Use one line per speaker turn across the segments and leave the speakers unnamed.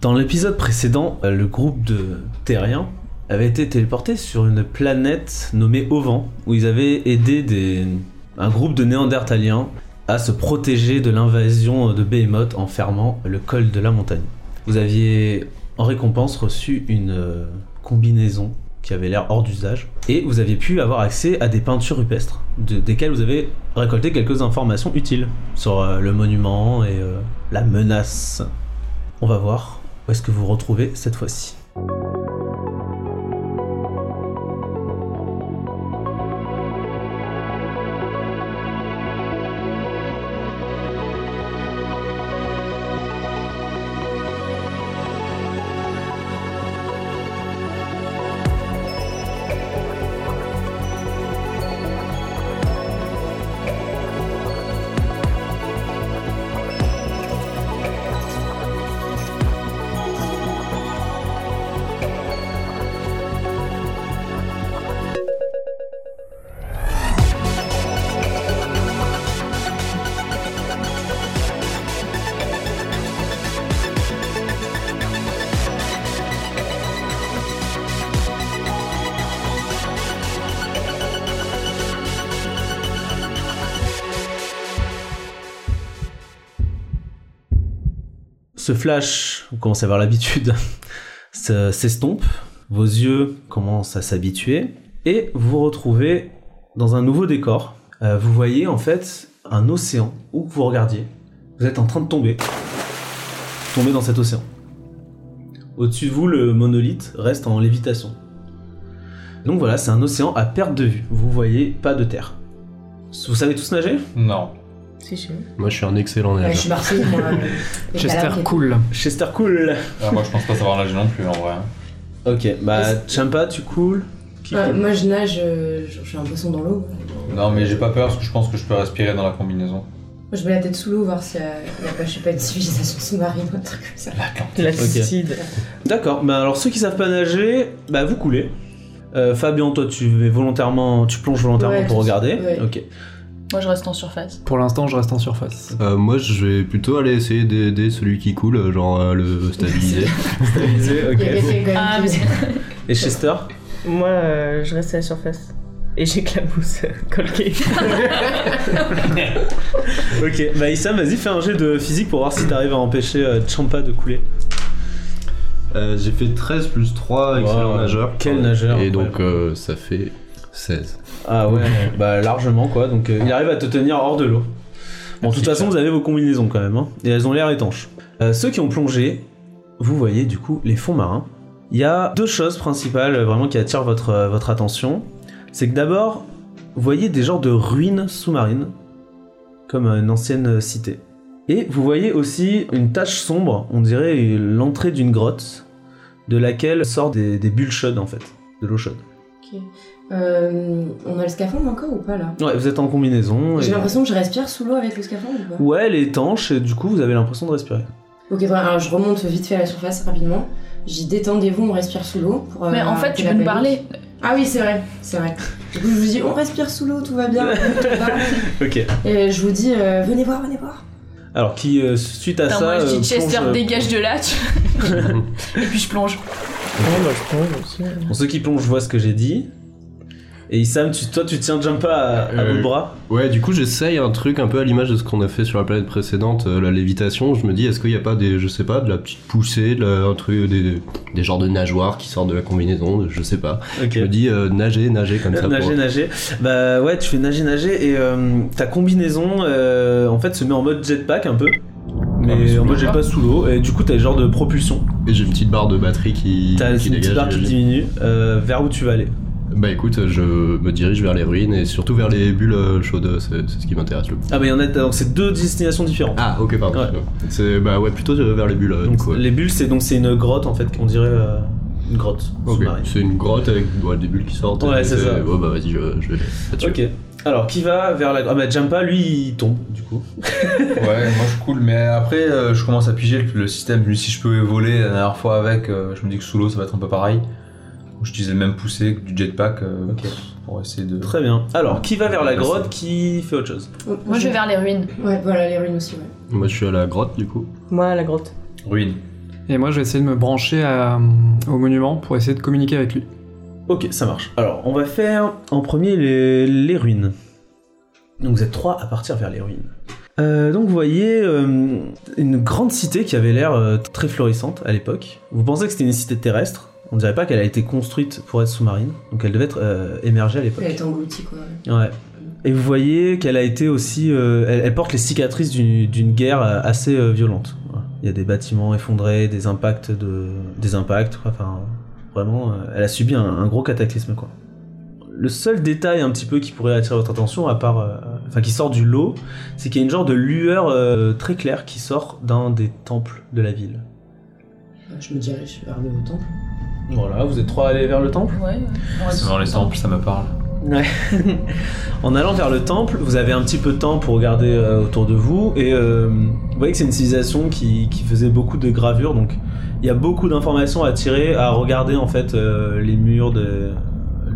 Dans l'épisode précédent, euh, le groupe de terriens avait été téléporté sur une planète nommée Ovan, où ils avaient aidé des... un groupe de néandertaliens à se protéger de l'invasion de Behemoth en fermant le col de la montagne. Vous aviez en récompense reçu une euh, combinaison qui avait l'air hors d'usage, et vous aviez pu avoir accès à des peintures rupestres, de- desquelles vous avez récolté quelques informations utiles sur euh, le monument et euh, la menace. On va voir où est-ce que vous vous retrouvez cette fois-ci. Ce flash, vous commencez à avoir l'habitude, se- s'estompe, vos yeux commencent à s'habituer, et vous vous retrouvez dans un nouveau décor. Euh, vous voyez en fait un océan, où que vous regardiez, vous êtes en train de tomber, tomber dans cet océan. Au-dessus de vous, le monolithe reste en lévitation. Donc voilà, c'est un océan à perte de vue, vous voyez pas de terre. Vous savez tous nager
Non.
C'est chaud.
Moi, je suis un excellent
Ouais, je
nageur.
suis Marseille, moi.
euh,
mais- mais pas
Chester
là, ok.
cool.
Chester cool
Ah, moi je pense pas savoir nager non plus en vrai. hein.
Ok, bah Champa, tu coules
Ouais, moi je nage, euh, je je suis un poisson dans l'eau. Moi
Non mais j'ai pas peur parce que je pense que je peux respirer dans la combinaison.
je mets la tête sous l'eau voir s'il y a, il y a pas, je sais pas, une civilisation sous-marine ou un truc comme ça.
L'Atlantique.
De la suicide.
D'accord, bah alors ceux qui savent pas nager, bah vous coulez. Euh, Fabien, toi tu vas volontairement, tu plonges volontairement
Ouais,
pour
tout de
regarder.
suite, ouais.
Ok.
Moi, je reste en surface.
Pour l'instant, je reste en surface.
Euh, moi, je vais plutôt aller essayer d'aider celui qui coule, euh, genre euh, le stabiliser.
Il y a quelqu'un quand même
Ah,
qui-
Et Chester
Moi, euh, je reste à la surface. Et j'éclabousse euh, Colgate.
Ok. Bah Issam, vas-y, fais un jet de physique pour voir si t'arrives à empêcher euh, Champa de couler.
Euh, J'ai fait 13 plus 3, excellent
Wow.
nageur.
Quel nageur
Et
incroyable.
donc, euh, ça fait 16.
Ah ouais, bah largement quoi. Donc euh, il arrive à te tenir hors de l'eau. Bon, de toute façon, vous avez vos combinaisons quand même, hein, et elles ont l'air étanches. Euh, ceux qui ont plongé, vous voyez du coup les fonds marins. Il y a deux choses principales euh, vraiment qui attirent votre, euh, votre attention. C'est que d'abord, vous voyez des genres de ruines sous-marines, comme euh, une ancienne euh, cité. Et vous voyez aussi une tache sombre, on dirait euh, l'entrée d'une grotte, de laquelle sort des, des bulles chaudes en fait, de l'eau chaude.
Ok. Euh, on a le scaphandre encore ou pas là
Ouais, vous êtes en combinaison. et-
J'ai l'impression que je respire sous l'eau avec le scaphandre ou pas
Ouais, elle est étanche et du coup vous avez l'impression de respirer.
Ok, bon, alors je remonte vite fait à la surface rapidement. J'y détendez-vous, on respire sous l'eau. Pour, euh,
Mais en fait,
arrêter
tu
la
veux me
panique.
parler.
Ah oui, c'est vrai, c'est vrai. Du coup, je vous dis, on respire sous l'eau, tout va bien.
Ok.
Et je vous dis, euh, venez voir, venez voir.
Alors qui euh, suite à
Attends,
ça.
moi, je
euh,
dis Chester,
plonge, euh,
dégage de là. tu- Et puis je plonge.
Ouais,
moi, je plonge aussi.
Bon, ceux qui plongent voient ce que j'ai dit. Et Issam, tu, toi tu tiens Jumpa à, à
Euh,
bout de bras.
Ouais, du coup, j'essaye un truc un peu à l'image de ce qu'on a fait sur la planète précédente, euh, la lévitation. Je me dis, est-ce qu'il n'y a pas des, je sais pas, de la petite poussée, de la- un truc, des, des genres de nageoires qui sortent de la combinaison, de- je sais pas.
Ok.
Je me dis, euh, nager, nager comme ça.
nager,
pour...
nager. Bah ouais, tu fais nager, nager et euh, ta combinaison euh, en fait se met en mode jetpack un peu.
Ah,
mais
Mais
sous
en mode
l'eau.
jetpack sous l'eau et du coup t'as le genre de propulsion.
Et j'ai une petite barre de batterie qui,
T'as une
qui
petite
dégage.
barre qui
j'imagine.
diminue euh, vers où tu vas aller.
Bah écoute, je me dirige vers les ruines et surtout vers les bulles euh, chaudes, c'est c'est ce qui m'intéresse le plus.
Ah mais il y en a donc c'est deux destinations différentes.
Ah, ok, pardon.
Ouais.
C'est bah ouais, plutôt euh, vers les bulles. euh, du
Donc,
coup, ouais.
Les bulles c'est donc c'est une grotte en fait qu'on dirait euh, une grotte
Ok.
sous-marine.
C'est une grotte avec ouais, des bulles qui sortent.
Ouais,
et
c'est ça.
Ouais, bah vas-y, je, je vais là-dessus.
Ok. Alors, qui va vers la. Ah bah, Jampa, lui, il tombe, du coup.
Ouais, moi je coule, mais après euh, je commence à piger le, le système. Lui, si je peux voler la dernière fois avec, euh, je me dis que sous l'eau ça va être un peu pareil. Donc, J'utilise le même poussé que du jetpack euh,
Ok.
pour essayer de.
Très bien. Alors, qui va vers la grotte, qui fait autre chose
Moi, je vais vers les ruines.
Ouais, voilà, les ruines aussi, ouais.
Moi je suis à la grotte du coup.
Moi, la grotte.
Ruine.
Et moi, je vais essayer de me brancher à- euh, au monument pour essayer de communiquer avec lui.
Ok, ça marche. Alors, on va faire en premier les, les ruines. Donc, vous êtes trois à partir vers les ruines. Euh, donc, vous voyez euh, une grande cité qui avait l'air euh, très florissante à l'époque. Vous pensez que c'était une cité terrestre. On ne dirait pas qu'elle a été construite pour être sous-marine. Donc, elle devait être euh, émergée à l'époque.
Elle est engloutie, quoi.
Ouais. Et vous voyez qu'elle a été aussi. euh, elle, elle porte les cicatrices d'une d'une guerre euh, assez euh, violente. Voilà. Il y a des bâtiments effondrés, des impacts de. Des impacts, quoi. enfin. Vraiment, euh, elle a subi un, un gros cataclysme, quoi. Le seul détail un petit peu qui pourrait attirer votre attention, à part. euh, enfin, qui sort du lot, c'est qu'il y a une genre de lueur euh, très claire qui sort d'un des temples de la ville.
Euh, Je me dirige vers le temple.
Voilà, vous êtes trois allés vers le temple
Ouais,
C'est dans les temples, ça me parle.
En allant vers le temple, vous avez un petit peu de temps pour regarder euh, autour de vous et euh, vous voyez que c'est une civilisation qui, qui faisait beaucoup de gravures donc il y a beaucoup d'informations à tirer, à regarder en fait euh, les murs de-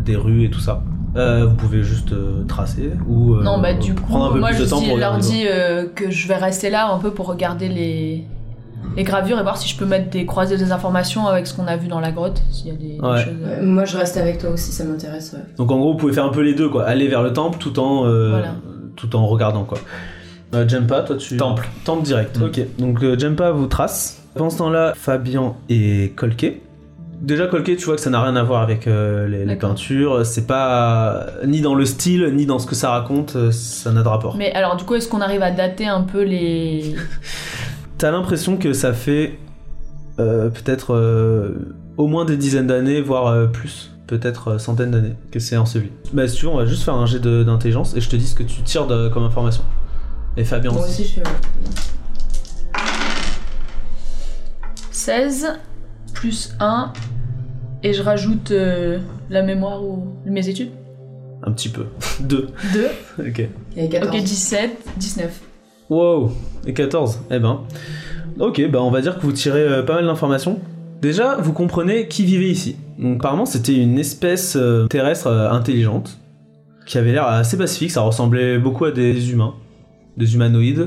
des rues et tout ça. Euh, vous pouvez juste euh, tracer ou euh,
Non, bah du coup,
prendre un peu
moi
plus
je
de temps
dis-
pour
leur
regarder.
dis euh, que je vais rester là un peu pour regarder les, les gravures et voir si je peux mettre des croiser des informations avec ce qu'on a vu dans la grotte, s'il y a des, des
Ouais.
choses.
Euh, Moi, je reste avec toi aussi, ça m'intéresse. ouais.
Donc en gros, vous pouvez faire un peu les deux quoi, aller vers le temple tout en euh,
Voilà.
tout en regardant quoi. Euh, Jempa, toi tu
Temple.
temple direct.
Mm.
Ok. Donc euh, Jempa vous trace. Pendant ce temps-là, Fabian et Colquet. Déjà Colquet, tu vois que ça n'a rien à voir avec euh, les, les
D'accord.
peintures. C'est pas euh, ni dans le style ni dans ce que ça raconte, euh, ça n'a de rapport.
Mais alors, du coup, est-ce qu'on arrive à dater un peu les.
T'as l'impression que ça fait euh, peut-être euh, au moins des dizaines d'années, voire euh, plus, peut-être euh, centaines d'années que c'est enseveli. Bah si tu veux, on va juste faire un jet de- d'intelligence et je te dis ce que tu tires de- comme information. Et Fabien
Moi
aussi.
aussi, je suis.
16 plus 1 et je rajoute euh, la mémoire ou mes études
Un petit peu. Deux.
2.
Ok.
Il y a 14.
Ok, 17, 19.
Wow. Et 14. Eh ben. Ok, bah on va dire que vous tirez euh, pas mal d'informations. Déjà, vous comprenez qui vivait ici. Donc apparemment, c'était une espèce euh, terrestre euh, intelligente qui avait l'air assez pacifique. Ça ressemblait beaucoup à des humains, des humanoïdes,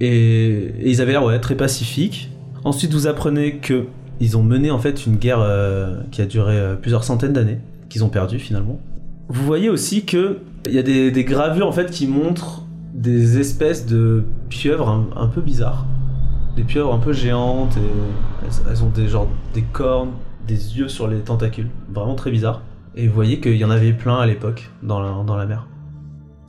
et, et ils avaient l'air ouais, très pacifiques. Ensuite, vous apprenez que ils ont mené en fait une guerre euh, qui a duré euh, plusieurs centaines d'années, qu'ils ont perdu finalement. Vous voyez aussi que il y a des, des gravures en fait qui montrent des espèces de pieuvres un, un peu bizarres, des pieuvres un peu géantes. Et elles, elles ont des genre des cornes, des yeux sur les tentacules, vraiment très bizarre. Et vous voyez qu'il y en avait plein à l'époque dans la, dans la mer.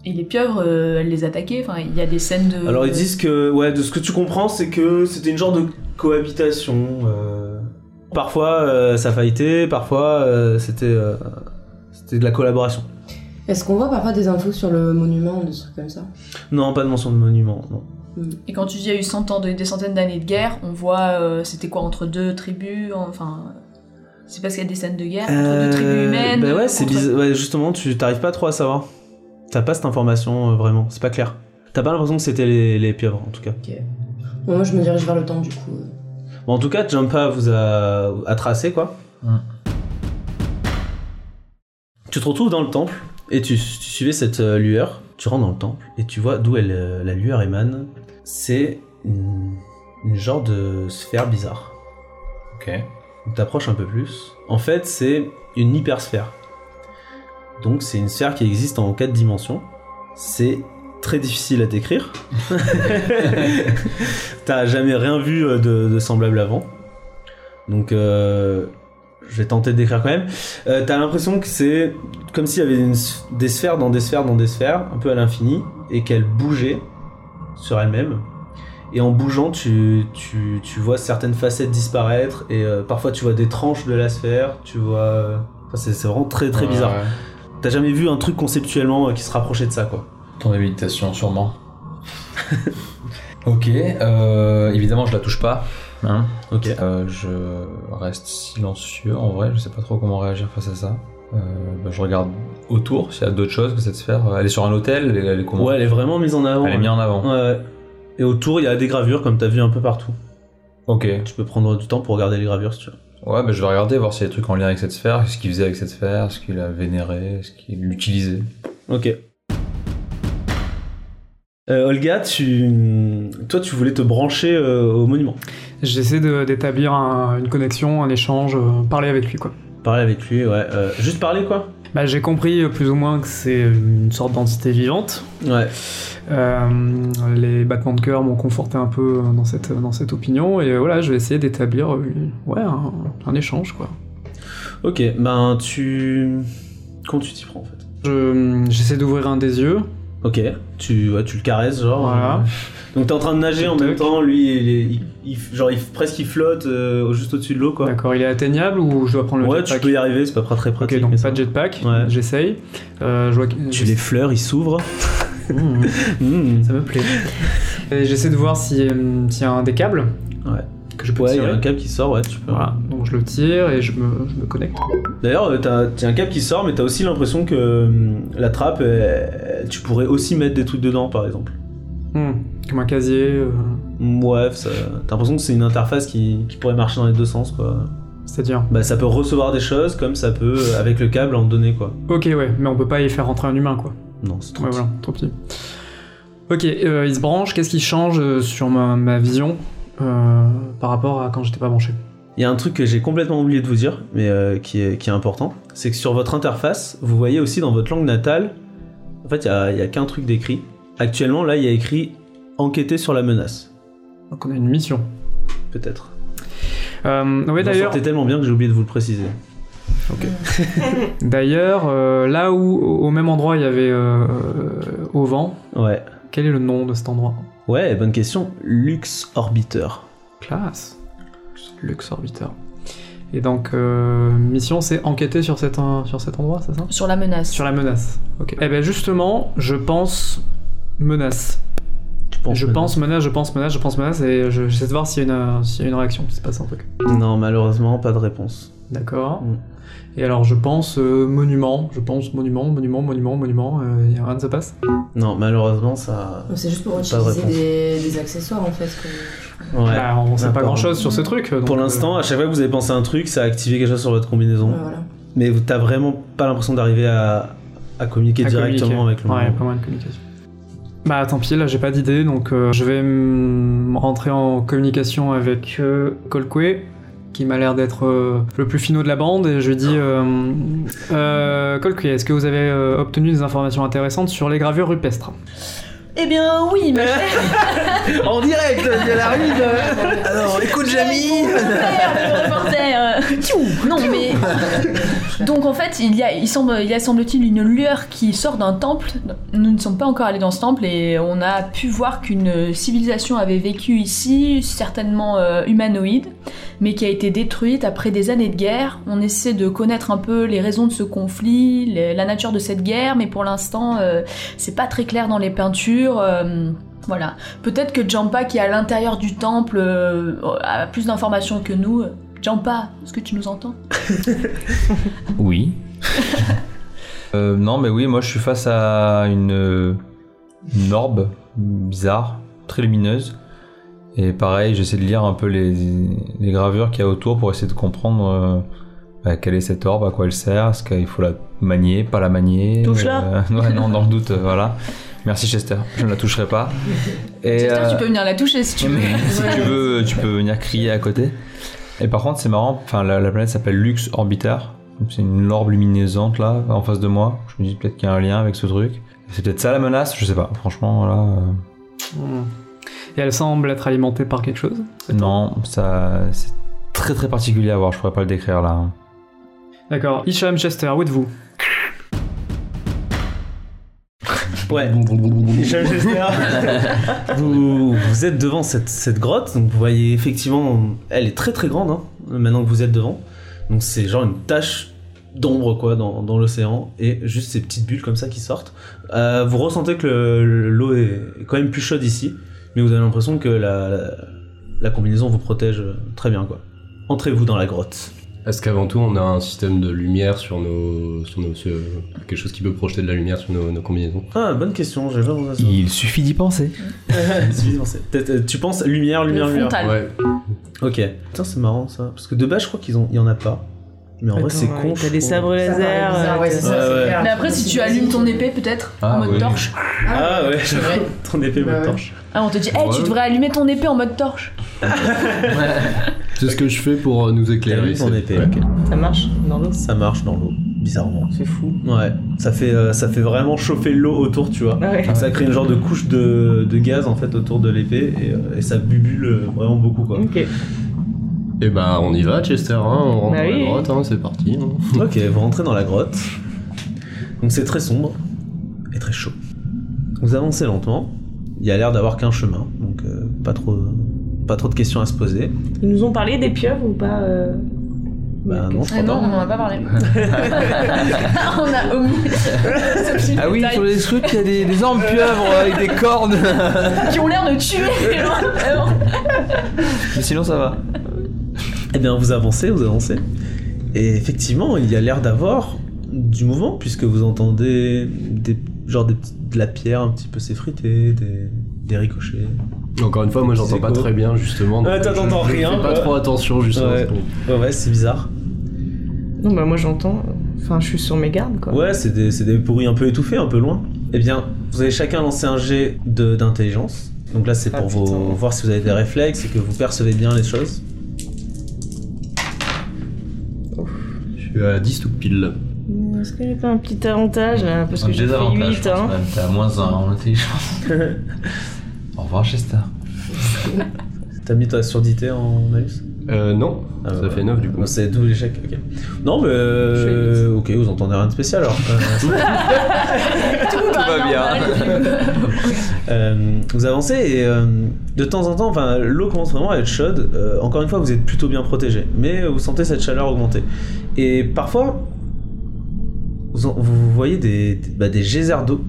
Et les pieuvres, euh, elles les attaquaient Enfin, il y a des scènes de.
Alors ils
de-
disent que, ouais, de ce que tu comprends, c'est que c'était une genre de cohabitation. euh, Parfois euh, ça faillitait, parfois euh, c'était euh, c'était de la collaboration.
Est-ce qu'on voit parfois des infos sur le monument ou des trucs comme ça
Non, pas de mention de monument. Non.
Et quand tu dis il y a eu 100 ans, de- des centaines d'années de guerre, on voit euh, c'était quoi entre deux tribus, enfin. C'est parce qu'il y a des scènes Ah, de guerre entre deux tribus
Euh,
humaines.
Bah ouais, c'est
contre-
bizarre. Ouais, justement, tu t'arrives pas trop à savoir. T'as pas cette information euh, vraiment, c'est pas clair. T'as pas l'impression que c'était les, les pieuvres en tout cas.
Bon, Moi, je me dirige vers le temple, du coup. euh.
Bon, en tout cas, Jumpa vous a, a tracé quoi.
Mm.
Tu te retrouves dans le temple et tu, tu suivais cette euh, lueur. Tu rentres dans le temple et tu vois d'où elle, euh, la lueur émane. C'est une, une genre de sphère bizarre.
Ok.
On t'approche un peu plus. En fait, c'est une hypersphère. Donc, c'est une sphère qui existe en quatre dimensions. C'est très difficile à décrire. T'as jamais rien vu euh, de, de semblable avant. Donc, euh, je vais tenter de décrire quand même. Euh, T'as l'impression que c'est comme s'il y avait une s- des sphères dans des sphères dans des sphères, un peu à l'infini, et qu'elles bougeaient sur elles-mêmes. Et en bougeant, tu, tu, tu vois certaines facettes disparaître, et euh, parfois tu vois des tranches de la sphère, tu vois... euh, enfin, c'est c'est vraiment très très
Ouais,
bizarre.
ouais.
T'as jamais vu un truc conceptuellement euh, qui se rapprochait de ça, quoi.
Ton habilitation, sûrement. ok, euh, évidemment, je la touche pas. hein.
Ok.
Euh, je reste silencieux en vrai, je sais pas trop comment réagir face à ça. Euh, bah, je regarde autour s'il y a d'autres choses que cette sphère. Elle est sur un hôtel, elle est, elle est comment
Ouais, elle est vraiment mise en avant. hein.
Elle est mise en avant.
Ouais, ouais. Et autour, il y a des gravures, comme t'as vu un peu partout.
Ok.
Tu peux prendre du temps pour regarder les gravures, si tu veux.
Ouais, bah, je vais regarder, voir s'il y a des trucs en lien avec cette sphère, ce qu'il faisait avec cette sphère, ce qu'il a vénéré, ce qu'il utilisait.
Ok. Euh, Olga, tu... toi, tu voulais te brancher euh, au monument.
J'essaie de- d'établir un- une connexion, un échange, euh, parler avec lui, quoi.
Parler avec lui, ouais. Euh, juste parler, quoi
Bah, j'ai compris euh, plus ou moins que c'est une sorte d'entité vivante.
Ouais.
Euh, les battements de cœur m'ont conforté un peu euh, dans cette, dans cette opinion, et euh, voilà, je vais essayer d'établir euh, une- ouais, un, un échange, quoi.
Ok, ben tu. Quand tu t'y prends, en fait
Je- J'essaie d'ouvrir un des yeux.
Ok, tu, ouais, tu le caresses, genre.
Voilà.
euh, Donc t'es en train de nager en
Tic-tac.
même temps, lui, il, est- il- il- genre, il, presque il flotte euh, juste au-dessus de l'eau, quoi.
D'accord, il est atteignable ou je dois prendre le
Ouais, tu
jetpack
peux y arriver, c'est pas très très pratique.
Ok, donc
mais
pas
ça
de jetpack,
Ouais.
j'essaye. Euh, je vois que-
va. Tu les fleurs, ils s'ouvrent.
Mmh,
Mmh.
ça me plaît. Et j'essaie de voir si, euh, s'il y a un des câbles
Ouais.
que je peux
Ouais, il y
tirer.
a un câble qui sort, ouais, tu peux.
Voilà, donc je le tire et je me, je me connecte.
D'ailleurs, euh, t'as t'as un câble qui sort, mais t'as aussi l'impression que hum, la trappe, euh, tu pourrais aussi mettre des trucs dedans, par exemple.
Hmm, Comme un casier. euh,
Ouais, ça- t'as l'impression que c'est une interface qui, qui pourrait marcher dans les deux sens, quoi.
C'est-à-dire.
Bah, ça peut recevoir des choses, comme ça peut, euh, avec le câble, en donner, quoi.
Ok, ouais, mais on peut pas y faire rentrer un humain, quoi.
Non, c'est trop
Ouais,
petit.
voilà, trop petit. Ok, euh, il se branche. Qu'est-ce qui change euh, sur ma, ma vision euh, par rapport à quand j'étais pas branché
Il y a un truc que j'ai complètement oublié de vous dire, mais euh, qui, est, qui est important, c'est que sur votre interface, vous voyez aussi dans votre langue natale, en fait, il n'y a, il y a qu'un truc d'écrit. Actuellement, là, il y a écrit enquêter sur la menace,
Donc on a une mission.
peut-être.
Euh, ouais,
Vous en
d'ailleurs.
sortez tellement bien que j'ai oublié de vous le préciser.
D'ailleurs, euh, là où au au même endroit il y avait euh, euh, au vent,
Ouais.
quel est le nom de cet endroit
Ouais, bonne question. Lux Orbiter.
Classe. Lux Orbiter. Et donc euh, mission, c'est enquêter sur cet en- sur cet endroit, c'est ça
Sur la menace.
Sur la menace. Ok. Eh ben justement, je pense menace.
Tu penses
je
menace
pense menace, je pense menace, je pense menace, et je- j'essaie de voir s'il y, a une- euh, s'il y a une réaction, s'il se passe un truc.
Non, malheureusement, pas de réponse.
D'accord.
Mm.
Et alors je pense euh, monument, je pense monument, monument, monument, monument, euh, y a rien ne se passe.
Non, malheureusement, ça.
C'est juste pour
Pas de
utiliser
réponse.
des, des accessoires en fait. que-
Ouais.
Bah, on sait
Ah,
pas
pardon.
grand chose sur ce truc. donc,
Pour
euh,
l'instant, à chaque fois que vous avez pensé à un truc, ça a activé quelque chose sur votre combinaison.
Ouais, voilà.
Mais vous- t'as vraiment pas l'impression d'arriver à, à communiquer
à
directement
communiquer.
avec le
Ouais, y a
monde.
pas mal de communication. Bah tant pis, là j'ai pas d'idée, donc euh, je vais mm, rentrer en communication avec euh, Colque, qui m'a l'air d'être euh, le plus finot de la bande, et je lui dis euh, euh, Colque, est-ce que vous avez euh, obtenu des informations intéressantes sur les gravures rupestres
Eh bien, oui, ma chère.
En direct de la rue Alors, écoute,
Jamie euh, Non, mais. Donc, en fait, il y a, il semble, il y a semble-t-il, une lueur qui sort d'un temple. Nous ne sommes pas encore allés dans ce temple et on a pu voir qu'une civilisation avait vécu ici, certainement euh, humanoïde, mais qui a été détruite après des années de guerre. On essaie de connaître un peu les raisons de ce conflit, les- la nature de cette guerre, mais pour l'instant, euh, c'est pas très clair dans les peintures. euh, voilà. Peut-être que Jampa, qui est à l'intérieur du temple, euh, a plus d'informations que nous. Jampa, est-ce que tu nous entends
Oui. Euh, non, mais oui, moi je suis face à une, euh, une orbe bizarre, très lumineuse. Et pareil, j'essaie de lire un peu les, les gravures qu'il y a autour pour essayer de comprendre euh, bah, quelle est cette orbe, à quoi elle sert, est-ce qu'il faut la manier, pas la manier.
Touche-la.
Euh, ouais, non, dans le doute, euh, voilà. Merci Chester, je ne la toucherai pas. Et,
Chester,
euh,
tu peux venir la toucher si tu veux.
mais si tu veux, tu peux venir crier à côté. Et par contre, c'est marrant, enfin, la, la planète s'appelle Lux Orbiter. Donc, C'est une orbe luminescente là, en face de moi. Je me dis peut-être qu'il y a un lien avec ce truc. C'est peut-être ça la menace, je sais pas. Franchement, là. euh,
Hmm. Et elle semble être alimentée par quelque chose.
non, ça. C'est très très particulier à voir, je pourrais pas le décrire là. hein.
D'accord. Isham Chester, où êtes-vous
Ouais. Michel Chester. vous, vous êtes devant cette, cette grotte, donc vous voyez effectivement, elle est très très grande hein, maintenant que vous êtes devant. Donc c'est genre une tache d'ombre quoi dans, dans l'océan et juste ces petites bulles comme ça qui sortent. Euh, vous ressentez que le- l'eau est quand même plus chaude ici, mais vous avez l'impression que la, la, la combinaison vous protège très bien quoi. Entrez-vous dans la grotte.
Est-ce qu'avant tout, on a un système de lumière sur nos. Sur nos sur- quelque chose qui peut projeter de la lumière sur nos, nos combinaisons
Ah bonne question, j'avais pas pensé à ça.
Il suffit d'y penser.
Suffit de penser. Peut-être, euh, Tu penses lumière, lumière,
Le
Ah.
lumière.
frontal.
Ouais.
Ok. Putain, c'est marrant ça. Parce que de base, je crois qu'ils ont... il y en a pas. Mais en vrai,
Attends,
c'est
ouais,
con.
T'as
je
des
trouve.
sabres
Ça paraît
laser.
bizarre,
euh,
ouais, c'est
t'as-
Ouais,
ça, c'est
ouais.
clair.
Mais après, si tu allumes ton épée, peut-être,
Ah,
en mode
oui.
torche.
Ah ouais,
C'est vrai.
j'avoue, ton épée
Bah
me
ouais.
torche.
Ah, on te dit, Eh,
Ouais.
tu devrais allumer ton épée en mode torche.
C'est ce que je fais pour euh, nous
T'as
éclairer.
mis ton
c'est-
épée,
ouais.
ok.
Ça marche dans l'eau.
Ça marche dans l'eau, bizarrement.
C'est fou.
Ouais, ça fait, euh, ça fait vraiment chauffer l'eau autour, tu vois.
Ah ouais.
Ça crée une genre de couche de, de gaz en fait autour de l'épée et, euh, et ça bubule euh, vraiment beaucoup quoi.
Ok.
Et bah on y va Chester, hein, on rentre
Bah
dans
oui.
la grotte, hein, c'est parti. hein.
Ok, vous rentrez dans la grotte. Donc c'est très sombre et très chaud. Vous avancez lentement. Il y a l'air d'avoir qu'un chemin, donc euh, pas trop, pas trop de questions à se poser.
Ils nous ont parlé des pieuvres ou pas euh,
Bah
ok.
non, je crois
Ah non,
pas.
on en a pas parlé. on a omis. ce petit
Ah oui,
détail.
sur les trucs, il y a des, des ormes pieuvres avec des cornes.
Qui ont l'air de tuer. Vraiment.
Mais sinon, ça va.
Eh bien, vous avancez, vous avancez. Et effectivement, il y a l'air d'avoir du mouvement, puisque vous entendez des, genre des petites- de la pierre un petit peu s'effriter, des, des ricochets.
Encore une fois, moi j'entends
C'est
pas
quoi
très bien justement. donc
Ouais, toi,
je-
t'entends
je
rien,
Fais pas
quoi.
trop attention justement.
Ouais. Ouais, ouais, c'est bizarre.
Non, bah moi j'entends. Enfin, je suis sur mes gardes quoi.
Ouais, c'est des, c'est des bruits un peu étouffés, un peu loin. Eh bien, vous avez chacun lancé un jet de- d'intelligence. Donc là, c'est
Ah,
pour vos-
putain.
voir si vous avez des réflexes et que vous percevez bien les choses.
Je suis à 10 tout pile.
Mmh, Est-ce que j'ai pas un petit avantage là Parce que j'ai fait 8 hein.
T'as moins 1 en intelligence. Au revoir, Chester.
T'as mis ta surdité en malus
Euh non,
Ah,
ça
bah,
fait 9 du coup.
bah, C'est double échec, ok. Non, mais. euh, ok, vous entendez rien de spécial alors. Euh,
Tout
va bien.
Euh, vous avancez et euh, de temps en temps, enfin, l'eau commence vraiment à être chaude. Euh, encore une fois, vous êtes plutôt bien protégé, mais vous sentez cette chaleur augmenter. Et parfois, vous, en- vous voyez des, des- bah, des geysers d'eau,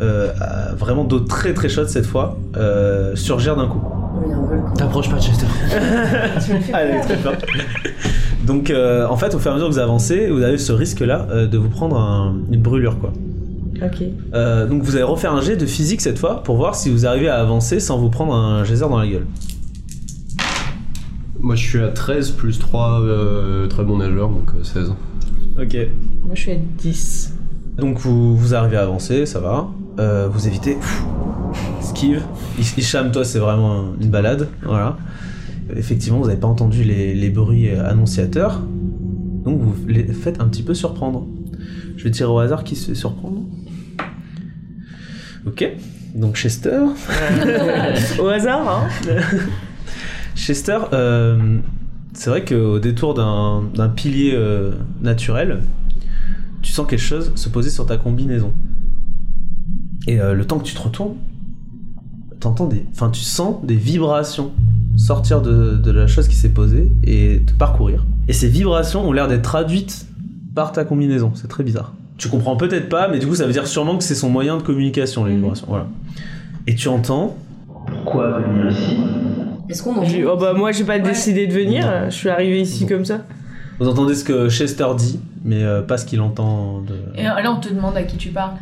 euh, à- vraiment d'eau très très chaude cette fois, euh, surgir d'un coup.
Il y a un volcan.
T'approches pas de Chester.
Ah, elle est très forte. Donc, euh, en fait, au fur et à mesure que vous avancez, vous avez ce risque-là euh, de vous prendre un- une brûlure, quoi.
Ok.
Euh, donc vous allez refaire un jet de physique cette fois pour voir si vous arrivez à avancer sans vous prendre un geyser dans la gueule.
Moi je suis à 13 plus 3 euh, très bon nageur donc euh, 16.
Ok.
Moi je suis à 10.
Donc vous, vous arrivez à avancer, ça va. Euh, vous évitez. Pfff. Esquive. Is- Hicham, toi, c'est vraiment un- une balade. Voilà. Effectivement, vous n'avez pas entendu les, les bruits euh, annonciateurs. Donc vous les faites un petit peu surprendre. Je vais tirer au hasard qui se fait surprendre. Ok. Donc Chester.
Au hasard hein
Chester, euh, c'est vrai qu'au détour d'un d'un pilier euh, naturel, tu sens quelque chose se poser sur ta combinaison. Et euh, le temps que tu te retournes, t'entends des, enfin tu sens des vibrations sortir de, de la chose qui s'est posée et te parcourir. Et ces vibrations ont l'air d'être traduites par ta combinaison. C'est très bizarre. Tu comprends peut-être pas, mais du coup ça veut dire sûrement que c'est son moyen de communication les
Mhm.
vibrations. Voilà. Et tu entends. Pourquoi venir ici
Est-ce qu'on en
J'ai- Oh bah moi j'ai pas décidé de venir, euh, je suis arrivé ici comme ça.
Vous entendez ce que Chester dit, mais euh, pas ce qu'il entend de...
Et là, on te demande à qui tu parles.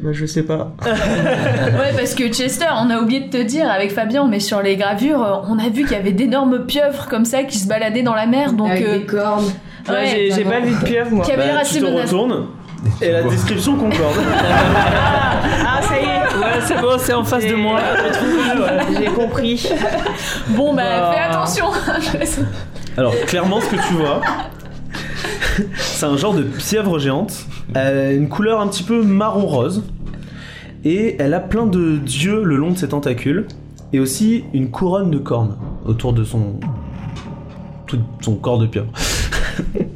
Bah je sais pas.
Ouais, parce que Chester, on a oublié de te dire, avec Fabien, mais sur les gravures, euh, on a vu qu'il y avait d'énormes pieuvres comme ça qui se baladaient dans la mer, donc.
Avec
euh,
des cornes.
Ouais,
Ouais,
j'ai- j'ai
d'accord.
pas vu de pieuvre moi.
qui avait l'air
Bah, tu
assez
te
menaçant.
retournes et la description concorde.
Ah ça y est
Ouais, c'est bon, c'est en face de moi.
J'ai compris.
Bon, bah,
Ah.
fais attention
Alors clairement ce que tu vois, c'est un genre de pieuvre géante, euh, une couleur un petit peu marron rose, et elle a plein de dieux le long de ses tentacules, et aussi une couronne de cornes autour de son tout son corps de pieuvre.